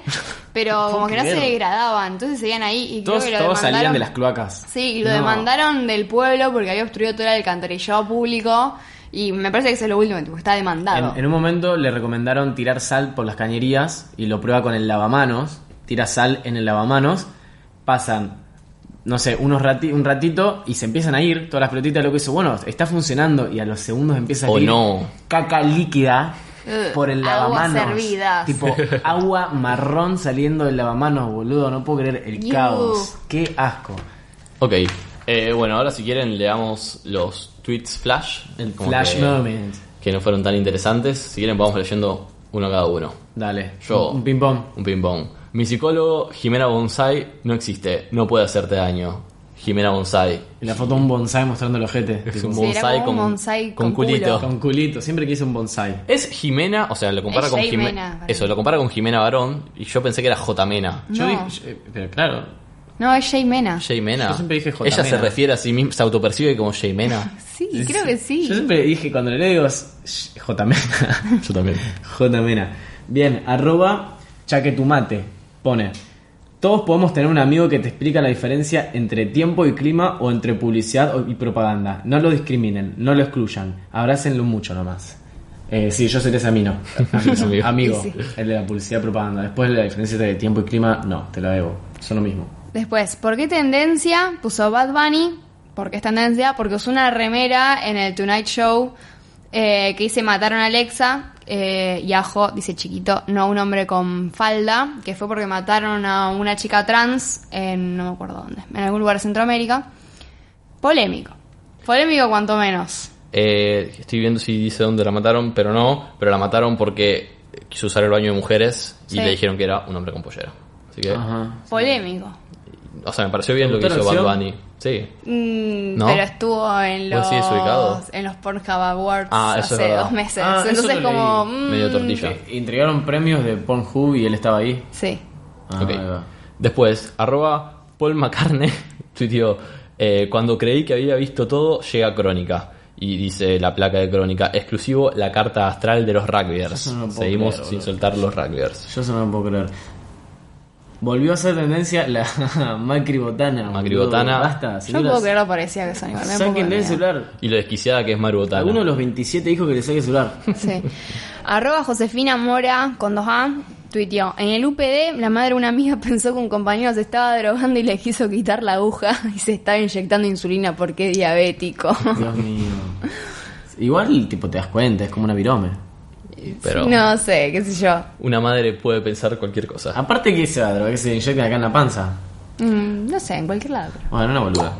[SPEAKER 3] pero
[SPEAKER 2] No
[SPEAKER 3] como que no se
[SPEAKER 2] puedo creer.
[SPEAKER 3] degradaban, entonces seguían ahí y
[SPEAKER 2] Todos,
[SPEAKER 3] creo que lo
[SPEAKER 2] todos salían
[SPEAKER 3] demandaron-
[SPEAKER 2] de las cloacas.
[SPEAKER 3] Sí, y lo
[SPEAKER 2] No.
[SPEAKER 3] demandaron del pueblo porque había obstruido todo el alcantarillado público y me parece que eso es lo último, tipo, está demandado.
[SPEAKER 2] En, en un momento le recomendaron tirar sal por las cañerías y lo prueba con el lavamanos. Tira sal en el lavamanos. Pasan, no sé, unos rati- un ratito y se empiezan a ir todas las pelotitas. Lo que hizo, bueno, está funcionando y a los segundos empieza a
[SPEAKER 1] O
[SPEAKER 2] ir
[SPEAKER 1] Oh, no.
[SPEAKER 2] caca líquida
[SPEAKER 3] Eh,
[SPEAKER 2] por el
[SPEAKER 3] aguas
[SPEAKER 2] lavamanos.
[SPEAKER 3] hervidas.
[SPEAKER 2] Tipo, agua marrón saliendo del lavamanos, boludo. No puedo creer el
[SPEAKER 3] Iu.
[SPEAKER 2] caos. Qué asco.
[SPEAKER 1] Ok. Eh, bueno, ahora si quieren leamos los tweets flash. eh,
[SPEAKER 2] El
[SPEAKER 1] como
[SPEAKER 2] flash
[SPEAKER 1] que,
[SPEAKER 2] moment.
[SPEAKER 1] Que no fueron tan interesantes. Si quieren vamos leyendo uno cada uno.
[SPEAKER 2] Dale.
[SPEAKER 1] Yo.
[SPEAKER 2] Un ping pong.
[SPEAKER 1] Un ping pong. Mi psicólogo, Jimena Bonsai, no existe. No puede hacerte daño. Jimena Bonsai.
[SPEAKER 2] Y la foto de un bonsai mostrando el ojete.
[SPEAKER 1] Es
[SPEAKER 2] tipo,
[SPEAKER 1] un
[SPEAKER 3] Sí, era
[SPEAKER 1] bonsai,
[SPEAKER 3] como
[SPEAKER 1] con,
[SPEAKER 3] un bonsai
[SPEAKER 1] con
[SPEAKER 3] con
[SPEAKER 1] culito.
[SPEAKER 2] Con culito. Siempre quise un bonsai.
[SPEAKER 1] Es Jimena, o sea, lo compara
[SPEAKER 3] Es
[SPEAKER 1] con
[SPEAKER 3] Jimena
[SPEAKER 1] Jimena.
[SPEAKER 3] Barón.
[SPEAKER 1] Eso, lo compara con Jimena Barón. Y yo pensé que era J. Mena.
[SPEAKER 2] Yo
[SPEAKER 3] No.
[SPEAKER 2] dije- yo- eh, pero claro.
[SPEAKER 3] No, es Jay Mena.
[SPEAKER 1] Jay Mena.
[SPEAKER 2] Yo siempre dije J.
[SPEAKER 1] Ella se
[SPEAKER 2] Mena.
[SPEAKER 1] refiere a sí misma, se autopercibe como Jay Mena.
[SPEAKER 3] Sí, creo que sí.
[SPEAKER 2] Yo siempre dije cuando le leo digo "Shh, J Mena.
[SPEAKER 1] yo también.
[SPEAKER 2] J Mena. Bien, arroba chaquetumate. Pone. Todos podemos tener un amigo que te explica la diferencia entre tiempo y clima o entre publicidad o- y propaganda. No lo discriminen, no lo excluyan. Abrácenlo mucho nomás. Eh, sí, yo seré ese amino. Amigo, amigo, el de la publicidad y propaganda. Después la diferencia entre tiempo y clima, no, te la debo. Son lo mismo.
[SPEAKER 3] Después, ¿por qué tendencia? Puso Bad Bunny. ¿Por qué es tendencia? Porque usó una remera en el Tonight Show eh, que dice mataron a Alexa. Eh, y Ajo dice chiquito, no un hombre con falda, que fue porque mataron a una chica trans en no me acuerdo dónde, en algún lugar de Centroamérica. Polémico. Polémico cuanto menos.
[SPEAKER 1] Eh, estoy viendo si dice dónde la mataron, pero no. Pero la mataron porque quiso usar el baño de mujeres y
[SPEAKER 3] Sí.
[SPEAKER 1] le dijeron que era un hombre con pollera. Así que,
[SPEAKER 2] Ajá.
[SPEAKER 3] Polémico.
[SPEAKER 1] o sea, me pareció bien lo que
[SPEAKER 2] gustó la
[SPEAKER 1] hizo Bad
[SPEAKER 2] acción?
[SPEAKER 1] Bunny. Sí.
[SPEAKER 3] Mm,
[SPEAKER 1] ¿No?
[SPEAKER 3] Pero estuvo en
[SPEAKER 1] ¿Vos
[SPEAKER 3] los,
[SPEAKER 1] sí desubicado?
[SPEAKER 3] en los Pornhub Awards
[SPEAKER 1] Ah, eso es
[SPEAKER 3] hace
[SPEAKER 1] verdad.
[SPEAKER 3] dos meses.
[SPEAKER 2] Ah, eso
[SPEAKER 3] Entonces
[SPEAKER 2] lo
[SPEAKER 3] como...
[SPEAKER 2] leí.
[SPEAKER 3] mm,
[SPEAKER 1] Medio tortilla.
[SPEAKER 2] Que eh, Entregaron premios de Pornhub y él estaba ahí.
[SPEAKER 3] Sí.
[SPEAKER 2] Ah,
[SPEAKER 1] Ok.
[SPEAKER 2] ahí va.
[SPEAKER 1] Después, arroba Paul McCartney tuiteó, eh, cuando creí que había visto todo, llega Crónica. Y dice la placa de Crónica, exclusivo la carta astral de los rugbyers.
[SPEAKER 2] Eso no lo puedo
[SPEAKER 1] Seguimos
[SPEAKER 2] creer,
[SPEAKER 1] sin
[SPEAKER 2] boludo.
[SPEAKER 1] soltar los rugbyers.
[SPEAKER 2] Yo eso no lo puedo creer. Volvió a ser tendencia la Macri Botana.
[SPEAKER 1] Macri
[SPEAKER 2] boludo.
[SPEAKER 1] botana.
[SPEAKER 2] Basta,
[SPEAKER 3] Yo no
[SPEAKER 2] señoras.
[SPEAKER 3] puedo creer lo parecía que son igual. me da un poco de
[SPEAKER 2] Sáquenle el
[SPEAKER 3] miedo.
[SPEAKER 2] celular.
[SPEAKER 1] Y lo desquiciada que es Maru
[SPEAKER 2] A
[SPEAKER 1] Botana.
[SPEAKER 2] uno de los 27 hijos que le saque el celular.
[SPEAKER 3] Sí. Arroba Josefina Mora con 2A tuiteó. En el UPD, la madre de una amiga pensó que un compañero se estaba drogando y le quiso quitar la aguja y se estaba inyectando insulina porque es diabético.
[SPEAKER 2] Dios mío. Igual, tipo, te das cuenta, es como una virome.
[SPEAKER 1] Pero
[SPEAKER 3] No sé, qué sé yo.
[SPEAKER 1] una madre puede pensar cualquier cosa.
[SPEAKER 2] Aparte que se va a drogar, que se inyecta acá en la panza.
[SPEAKER 3] Mm, no sé, en cualquier lado.
[SPEAKER 2] Bueno, una boluda.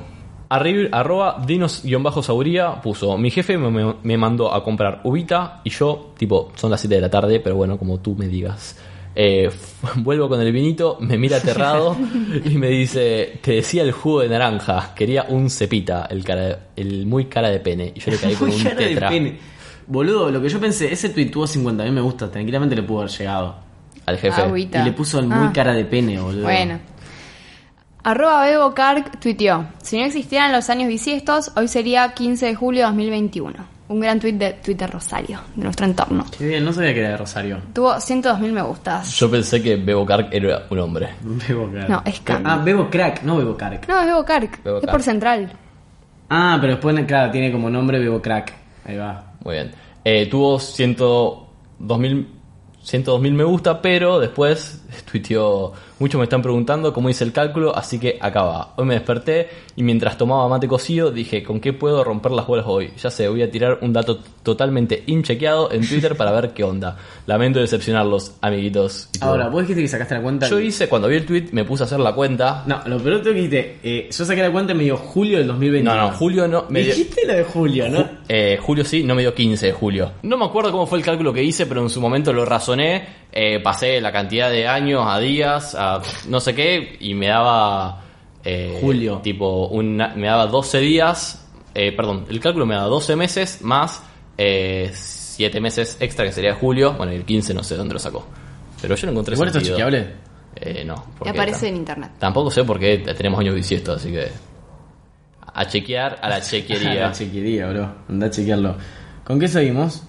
[SPEAKER 1] Arri- arroba dinos-sauría puso, mi jefe me, me- me mandó a comprar ubita y yo, tipo, son las 7 de la tarde, pero bueno, como tú me digas. Eh, vuelvo con el vinito, me mira aterrado y me dice, te decía el jugo de naranja, quería un cepita, el, cara de- el muy cara de pene. Y yo le caí con un
[SPEAKER 2] Cara de
[SPEAKER 1] tetra.
[SPEAKER 2] pene. Boludo, lo que yo pensé, ese tweet tuvo 50.000 me gusta, tranquilamente le pudo haber llegado.
[SPEAKER 1] Al jefe.
[SPEAKER 3] Agüita.
[SPEAKER 2] Y le puso el muy
[SPEAKER 3] Ah.
[SPEAKER 2] cara de pene, boludo.
[SPEAKER 3] Bueno. Arroba Bebo Kark tuiteó. Si no existieran los años bisiestos, hoy sería 15 de julio de 2021. Un gran tuit de Twitter Rosario, de nuestro entorno.
[SPEAKER 2] Qué bien, no sabía que era de Rosario.
[SPEAKER 3] Tuvo 102.000 me gustas.
[SPEAKER 1] Yo pensé que Bebo Kark era un hombre.
[SPEAKER 2] Bebo Crack.
[SPEAKER 3] No, es Crack.
[SPEAKER 2] Ah, Bebo Crack, no Bebo Crack.
[SPEAKER 3] No, es Bebo Kark.
[SPEAKER 1] Bebo
[SPEAKER 3] es
[SPEAKER 1] Kark.
[SPEAKER 3] por central.
[SPEAKER 2] Ah, pero después, claro, tiene como nombre Bebo Crack. Ahí va.
[SPEAKER 1] Muy bien. Eh, tuvo 102.000 102.000 me gusta, pero después tuiteó, muchos me están preguntando cómo hice el cálculo, así que acaba. Hoy me desperté y mientras tomaba mate cocido dije, ¿con qué puedo romper las bolas hoy? Ya sé, voy a tirar un dato totalmente inchequeado en Twitter para ver qué onda. Lamento decepcionarlos, amiguitos. Y todo.
[SPEAKER 2] Ahora, vos dijiste que sacaste la cuenta.
[SPEAKER 1] yo hice, cuando vi el tweet, me puse a hacer la cuenta.
[SPEAKER 2] No, lo peor que dijiste, eh, yo saqué la cuenta en medio julio del 2021.
[SPEAKER 1] No, no, julio no. me
[SPEAKER 2] Me
[SPEAKER 1] dio-
[SPEAKER 2] dijiste lo de julio, ¿no?
[SPEAKER 1] Eh, julio sí, no me dio 15 de julio. No me acuerdo cómo fue el cálculo que hice, pero en su momento lo razoné, eh, pasé la cantidad de años a días, a no sé qué, y me daba... eh,
[SPEAKER 2] Julio.
[SPEAKER 1] Tipo, una- me daba 12 días, eh, perdón, el cálculo me daba 12 meses más 7 meses extra, que sería julio. Bueno, y el 15 no sé dónde lo sacó. Pero yo no encontré
[SPEAKER 2] Igual esto es
[SPEAKER 1] sentido.
[SPEAKER 2] chequeable.
[SPEAKER 1] Eh, no.
[SPEAKER 3] Y
[SPEAKER 1] porque
[SPEAKER 3] aparece
[SPEAKER 1] tam-
[SPEAKER 3] en internet.
[SPEAKER 1] Tampoco sé por qué tenemos años bisiestos, así que... A chequear a la chequería.
[SPEAKER 2] La chequería, bro. Andá a chequearlo. ¿Con qué seguimos?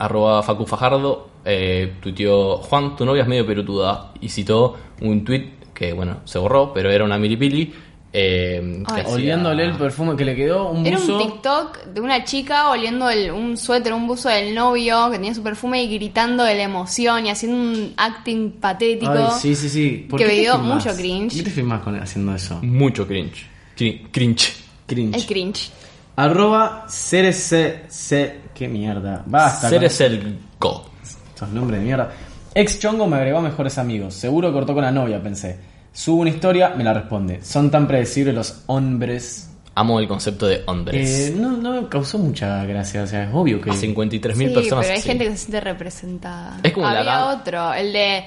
[SPEAKER 1] arroba Facu Fajardo, eh, tuiteó Juan, tu novia es medio pelotuda, y citó un tweet que, bueno, se borró, pero era una milipili. Eh, que
[SPEAKER 3] Ay.
[SPEAKER 1] hacía-
[SPEAKER 2] Oliéndole el perfume que le quedó, un
[SPEAKER 3] Era
[SPEAKER 2] buzo.
[SPEAKER 3] un TikTok de una chica oliendo el- un suéter, un buzo del novio que tenía su perfume y gritando de la emoción y haciendo un acting patético.
[SPEAKER 2] Ay, sí, sí, sí. ¿Por
[SPEAKER 3] que
[SPEAKER 2] qué te
[SPEAKER 3] me dio
[SPEAKER 2] filmás?
[SPEAKER 3] mucho cringe.
[SPEAKER 2] ¿Qué te filmás con haciendo eso?
[SPEAKER 1] Mucho cringe. Cri- Cringe.
[SPEAKER 2] Cringe.
[SPEAKER 3] Es cringe.
[SPEAKER 2] Arroba CRC. ¿Qué mierda? Basta.
[SPEAKER 1] Ser es el co.
[SPEAKER 2] Esos nombres de mierda. Ex chongo me agregó a mejores amigos. Seguro cortó con la novia, pensé. Subo una historia, me la responde. Son tan predecibles los hombres.
[SPEAKER 1] Amo el concepto de hombres.
[SPEAKER 2] Eh, no, no me causó mucha gracia. O sea, es obvio que.
[SPEAKER 1] a 53.000
[SPEAKER 3] Sí,
[SPEAKER 1] personas.
[SPEAKER 3] pero hay
[SPEAKER 1] sí.
[SPEAKER 3] gente que se siente representada.
[SPEAKER 1] Es como la
[SPEAKER 3] Había
[SPEAKER 1] edad.
[SPEAKER 3] otro, el de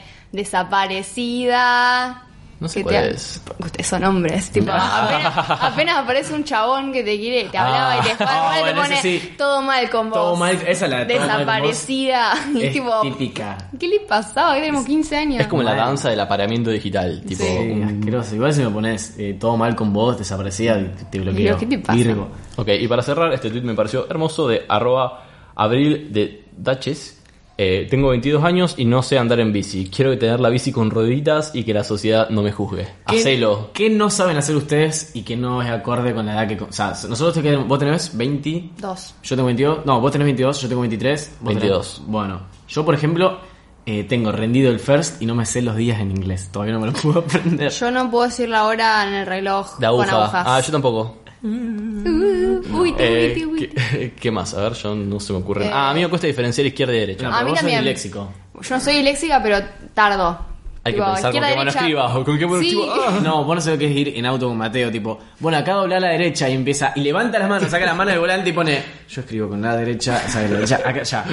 [SPEAKER 3] desaparecida.
[SPEAKER 1] No sé
[SPEAKER 3] que
[SPEAKER 1] cuál
[SPEAKER 3] te-
[SPEAKER 1] es.
[SPEAKER 3] Ustedes son hombres, tipo, apenas, apenas aparece un chabón que te quiere, te hablaba y
[SPEAKER 2] Ah,
[SPEAKER 3] te,
[SPEAKER 1] oh,
[SPEAKER 3] mal,
[SPEAKER 2] bueno,
[SPEAKER 3] te pone
[SPEAKER 2] ese sí.
[SPEAKER 3] todo mal con vos.
[SPEAKER 2] Todo mal- esa es la de todo mal con vos.
[SPEAKER 3] Desaparecida. Y
[SPEAKER 2] es
[SPEAKER 3] tipo,
[SPEAKER 2] típica.
[SPEAKER 3] ¿qué le pasaba? Que tenemos 15 años.
[SPEAKER 1] Es como la
[SPEAKER 2] Bueno.
[SPEAKER 1] danza del apareamiento digital. Tipo,
[SPEAKER 3] Sí.
[SPEAKER 2] Eh, asqueroso. Igual si me pones eh, todo mal con vos, desaparecida, te, te bloqueo.
[SPEAKER 3] Digo, ¿qué te pasa?
[SPEAKER 2] Virgo.
[SPEAKER 1] Ok, y para cerrar, este tweet me pareció hermoso de arroba abril de Daches. Eh, tengo 22 años y no sé andar en bici. Quiero tener la bici con rueditas y que la sociedad no me juzgue.
[SPEAKER 2] ¿Qué-
[SPEAKER 1] Hacelo.
[SPEAKER 2] ¿Qué no saben hacer ustedes y que no es acorde con la edad que... O sea, nosotros te quedamos- vos tenés 20...
[SPEAKER 3] Dos.
[SPEAKER 2] Yo tengo 22. No, vos tenés 22, yo tengo 23. vos
[SPEAKER 1] 22.
[SPEAKER 2] tenés- bueno, yo por ejemplo eh, tengo rendido el first y no me sé los días en inglés. Todavía no me lo puedo aprender.
[SPEAKER 3] Yo no puedo decir la hora en el reloj
[SPEAKER 1] De
[SPEAKER 3] con agujas.
[SPEAKER 1] aguja. Ah, yo tampoco.
[SPEAKER 3] Uh, uy,
[SPEAKER 1] Eh,
[SPEAKER 3] uy, Eh. uy, uy.
[SPEAKER 1] ¿qué, qué más? A ver, yo no se me ocurre. Ah, a mí me cuesta diferenciar izquierda y derecha.
[SPEAKER 2] No,
[SPEAKER 3] a
[SPEAKER 2] pero
[SPEAKER 3] mí
[SPEAKER 2] vos sos
[SPEAKER 3] también.
[SPEAKER 2] disléxico.
[SPEAKER 3] Yo no soy disléxica, pero tardo.
[SPEAKER 1] Hay que pensar con qué mano escriba o con qué mano
[SPEAKER 3] Sí.
[SPEAKER 1] escriba. Ah.
[SPEAKER 2] No, vos no sabés qué es ir en auto con Mateo, tipo, bueno, acá dobla a la derecha y empieza, y levanta las manos, saca las manos del volante y pone, yo escribo con la derecha, saca la derecha, acá, ya.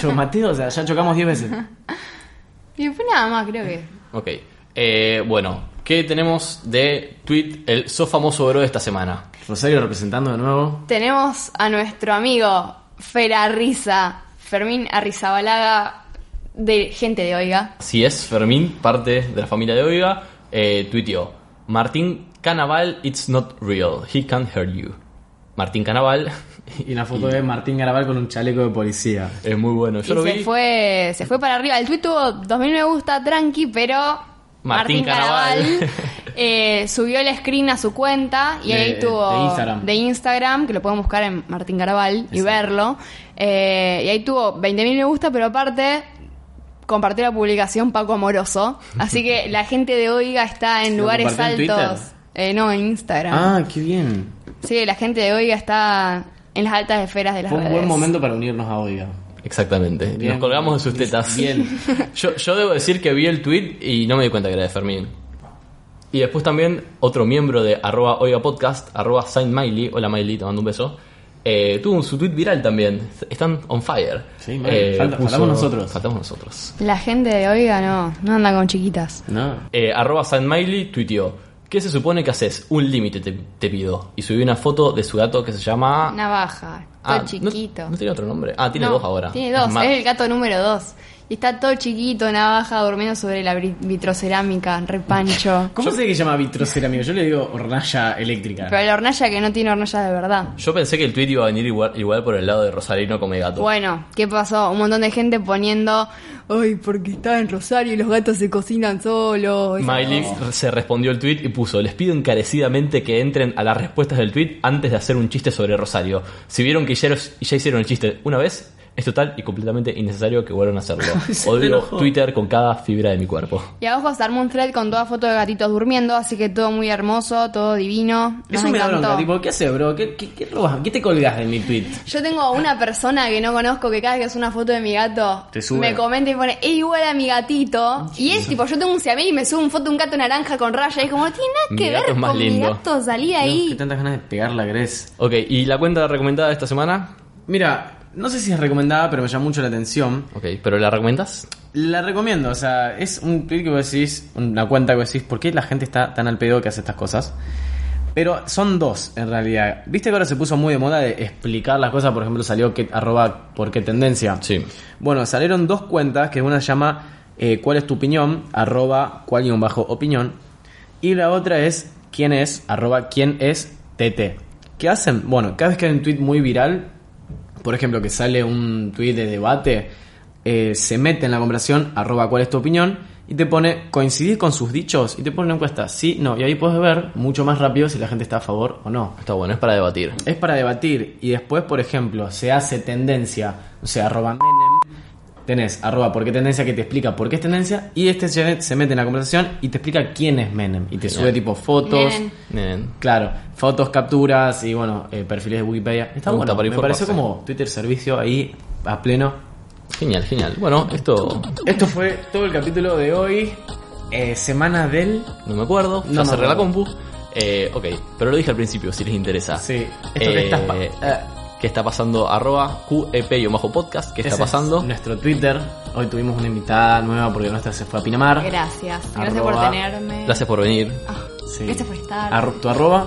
[SPEAKER 2] Yo, Mateo, o sea, ya chocamos 10 veces.
[SPEAKER 3] Y después nada más, creo que.
[SPEAKER 1] Ok. Eh, bueno, ¿qué tenemos de tweet el so famoso bro de esta semana?
[SPEAKER 2] Rosario representando de nuevo.
[SPEAKER 3] Tenemos a nuestro amigo Ferarriza, Fermín Arrizabalaga, de gente de Oiga.
[SPEAKER 1] Si es Fermín, parte de la familia de Oiga, eh, tuiteó. Martín Canaval, it's not real. He can't hurt you. Martín Canaval
[SPEAKER 2] Y una foto de Martín Garabal con un chaleco de policía.
[SPEAKER 1] es muy bueno. Yo
[SPEAKER 3] y
[SPEAKER 1] lo
[SPEAKER 3] se
[SPEAKER 1] vi.
[SPEAKER 3] fue, se fue para arriba. El tuit tuvo 2000 me gusta, tranqui, pero
[SPEAKER 1] Martín Canaval.
[SPEAKER 3] eh, subió el screen a su cuenta y
[SPEAKER 2] De-
[SPEAKER 3] ahí tuvo
[SPEAKER 2] de Instagram.
[SPEAKER 3] de Instagram, que lo pueden buscar en Martín Caraval y verlo. Eh, y ahí tuvo 20.000 me gusta, pero aparte compartió la publicación Paco Amoroso. Así que la gente de Oiga está en
[SPEAKER 2] ¿Lo
[SPEAKER 3] lugares
[SPEAKER 2] compartió en
[SPEAKER 3] altos.
[SPEAKER 2] Twitter?
[SPEAKER 3] Eh, no, en Instagram.
[SPEAKER 2] Ah, qué bien.
[SPEAKER 3] Sí, la gente de Oiga está en las altas esferas de las
[SPEAKER 2] Fue un buen
[SPEAKER 3] redes.
[SPEAKER 2] momento para unirnos a Oiga.
[SPEAKER 1] Exactamente.
[SPEAKER 2] Bien.
[SPEAKER 1] Nos colgamos de sus tetas.
[SPEAKER 2] Bien.
[SPEAKER 1] Yo, yo debo decir que vi el tweet y no me di cuenta que era de Fermín. Y después también otro miembro de arroba oiga podcast, arroba Saint Miley, hola Miley, te mando un beso, eh, tuvo un- su tweet viral también. Están on fire. Eh,
[SPEAKER 2] Sí, mal. Falta- faltamos nosotros.
[SPEAKER 1] Faltamos nosotros.
[SPEAKER 3] La gente de Oiga no, no anda con chiquitas.
[SPEAKER 2] No.
[SPEAKER 1] Eh, arroba Saint Miley tuiteó, ¿qué se supone que haces? Un límite te, te pido. Y subí una foto de su gato que se llama...
[SPEAKER 3] Navaja, todo
[SPEAKER 1] Ah, no-
[SPEAKER 3] chiquito.
[SPEAKER 1] No, tiene otro nombre. Ah, tiene
[SPEAKER 3] No,
[SPEAKER 1] dos ahora.
[SPEAKER 3] Tiene dos,
[SPEAKER 1] Es Ma-
[SPEAKER 3] es el gato número dos. Y está todo chiquito, navaja, durmiendo sobre la bri- vitrocerámica, repancho.
[SPEAKER 2] ¿Cómo sé que se llama vitrocera, amigo? Yo le digo hornalla eléctrica.
[SPEAKER 3] Pero la hornalla que no tiene hornalla de verdad.
[SPEAKER 1] Yo pensé que el tweet iba a venir igual, igual por el lado de Rosarino come gato.
[SPEAKER 3] Bueno, ¿qué pasó? Un montón de gente poniendo, ay, porque está en Rosario y los gatos se cocinan solos. esas
[SPEAKER 1] Miley
[SPEAKER 3] cosas.
[SPEAKER 1] se respondió el tweet y puso, les pido encarecidamente que entren a las respuestas del tweet antes de hacer un chiste sobre Rosario. Si vieron que ya, los- ya hicieron el chiste una vez, es total y completamente innecesario que vuelvan a hacerlo.
[SPEAKER 2] Se
[SPEAKER 1] Odio
[SPEAKER 2] enojó.
[SPEAKER 1] Twitter con cada fibra de mi cuerpo.
[SPEAKER 3] Y abajo se armó un thread con todas fotos de gatitos durmiendo, así que todo muy hermoso, todo divino. Nos
[SPEAKER 2] Eso me da
[SPEAKER 3] encantó.
[SPEAKER 2] bronca, tipo, ¿qué haces, bro? ¿Qué, qué, qué robas? ¿Qué te colgas de mi tweet?
[SPEAKER 3] Yo tengo a una persona que no conozco que cada vez que es una foto de mi gato
[SPEAKER 2] Ah. Te sube.
[SPEAKER 3] me comenta y pone, es igual a mi gatito. Y es tipo, yo tengo un siamés y me sube un foto de un gato naranja con raya. Y es como, no tiene
[SPEAKER 1] Mi
[SPEAKER 3] nada que
[SPEAKER 1] gato
[SPEAKER 3] ver
[SPEAKER 1] es más
[SPEAKER 3] con mi
[SPEAKER 1] lindo.
[SPEAKER 3] gato, salí
[SPEAKER 2] Dios,
[SPEAKER 3] ahí.
[SPEAKER 2] qué tantas ganas de pegar la Gres.
[SPEAKER 1] Ok, ¿y la cuenta recomendada de esta semana?
[SPEAKER 2] Mira, no sé si es recomendada, pero me llama mucho la atención.
[SPEAKER 1] Ok, ¿pero la recomiendas?
[SPEAKER 2] La recomiendo, o sea, es un tweet que vos decís, una cuenta que vos decís, ¿por qué la gente está tan al pedo que hace estas cosas? Pero son dos, en realidad. ¿Viste que ahora se puso muy de moda de explicar las cosas? Por ejemplo, salió que, arroba por qué tendencia.
[SPEAKER 1] Sí.
[SPEAKER 2] Bueno, salieron dos cuentas, que una se llama eh, ¿Cuál es tu opinión? arroba cuál guión bajo opinión. Y la otra es ¿Quién es? arroba quién es TT. ¿Qué hacen? Bueno, cada vez que hay un tweet muy viral, por ejemplo, que sale un tweet de debate, eh, se mete en la conversación arroba cuál es tu opinión y te pone coincidís con sus dichos y te pone una encuesta, sí, no, y ahí puedes ver mucho más rápido si la gente está a favor o no.
[SPEAKER 1] Está bueno, es para debatir.
[SPEAKER 2] Es para debatir. Y después, por ejemplo, se hace tendencia, o sea, arroba menem, tenés arroba por qué tendencia que te explica por qué es tendencia, y este se se mete en la conversación y te explica quién es menem. Y te sube tipo fotos.
[SPEAKER 3] Menem.
[SPEAKER 1] Nen.
[SPEAKER 2] Claro, fotos, capturas y bueno, eh, perfiles de Wikipedia. Está
[SPEAKER 1] Me gusta
[SPEAKER 2] bueno,
[SPEAKER 1] para
[SPEAKER 2] me pareció
[SPEAKER 1] informarse.
[SPEAKER 2] como Twitter servicio ahí a pleno.
[SPEAKER 1] Genial, genial. Bueno, esto
[SPEAKER 2] Esto fue todo el capítulo de hoy. Eh, semana del.
[SPEAKER 1] no me acuerdo.
[SPEAKER 2] No
[SPEAKER 1] Ya
[SPEAKER 2] me
[SPEAKER 1] cerré la
[SPEAKER 2] acuerdo.
[SPEAKER 1] compu. Eh, ok, pero lo dije al principio, si les interesa.
[SPEAKER 2] Sí, esto que está pa- ah.
[SPEAKER 1] Eh, ¿Qué está pasando? Arroba E QEP-podcast. ¿Qué está
[SPEAKER 2] Ese es
[SPEAKER 1] pasando?
[SPEAKER 2] nuestro Twitter. Hoy tuvimos una invitada nueva porque nuestra se fue a Pinamar.
[SPEAKER 3] Gracias. Gracias por
[SPEAKER 2] Arroba-
[SPEAKER 3] tenerme.
[SPEAKER 1] Gracias por venir.
[SPEAKER 3] Ah,
[SPEAKER 2] Sí.
[SPEAKER 3] Gracias por estar.
[SPEAKER 2] Arro- tu arroba.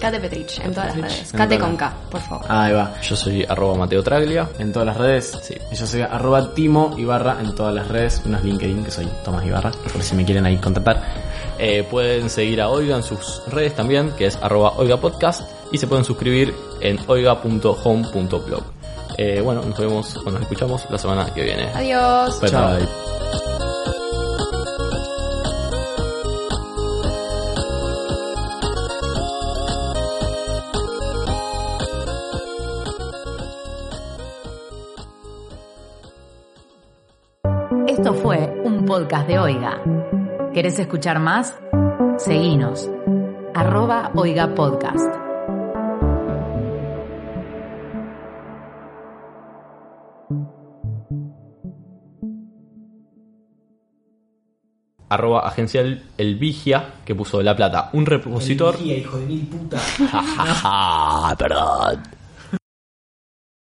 [SPEAKER 3] Kate Petrich, en todas las
[SPEAKER 2] Petrich,
[SPEAKER 3] redes.
[SPEAKER 2] en
[SPEAKER 3] Kate
[SPEAKER 2] todas
[SPEAKER 3] con
[SPEAKER 2] las-
[SPEAKER 3] K, por favor.
[SPEAKER 2] ah, Ahí va.
[SPEAKER 1] Yo soy arroba Mateo Traglia.
[SPEAKER 2] En todas las redes.
[SPEAKER 1] Sí.
[SPEAKER 2] Y yo soy arroba Timo Ibarra en todas las redes. Unos LinkedIn que soy Tomás Ibarra. Por si me quieren ahí contactar.
[SPEAKER 1] Eh, pueden seguir a Oiga en sus redes también, que es arroba Oiga Podcast, y se pueden suscribir en oiga.home.blog. Eh, bueno, nos vemos o nos escuchamos la semana que viene.
[SPEAKER 3] Adiós.
[SPEAKER 1] Bye,
[SPEAKER 2] Chao.
[SPEAKER 1] bye.
[SPEAKER 5] Esto fue un podcast de Oiga. ¿Querés escuchar más? Seguinos. Arroba Oiga Podcast.
[SPEAKER 1] Arroba agencia El- Elvigia, que puso de La Plata, un repositor.
[SPEAKER 4] hijo de mil putas.
[SPEAKER 1] Jajaja, perdón.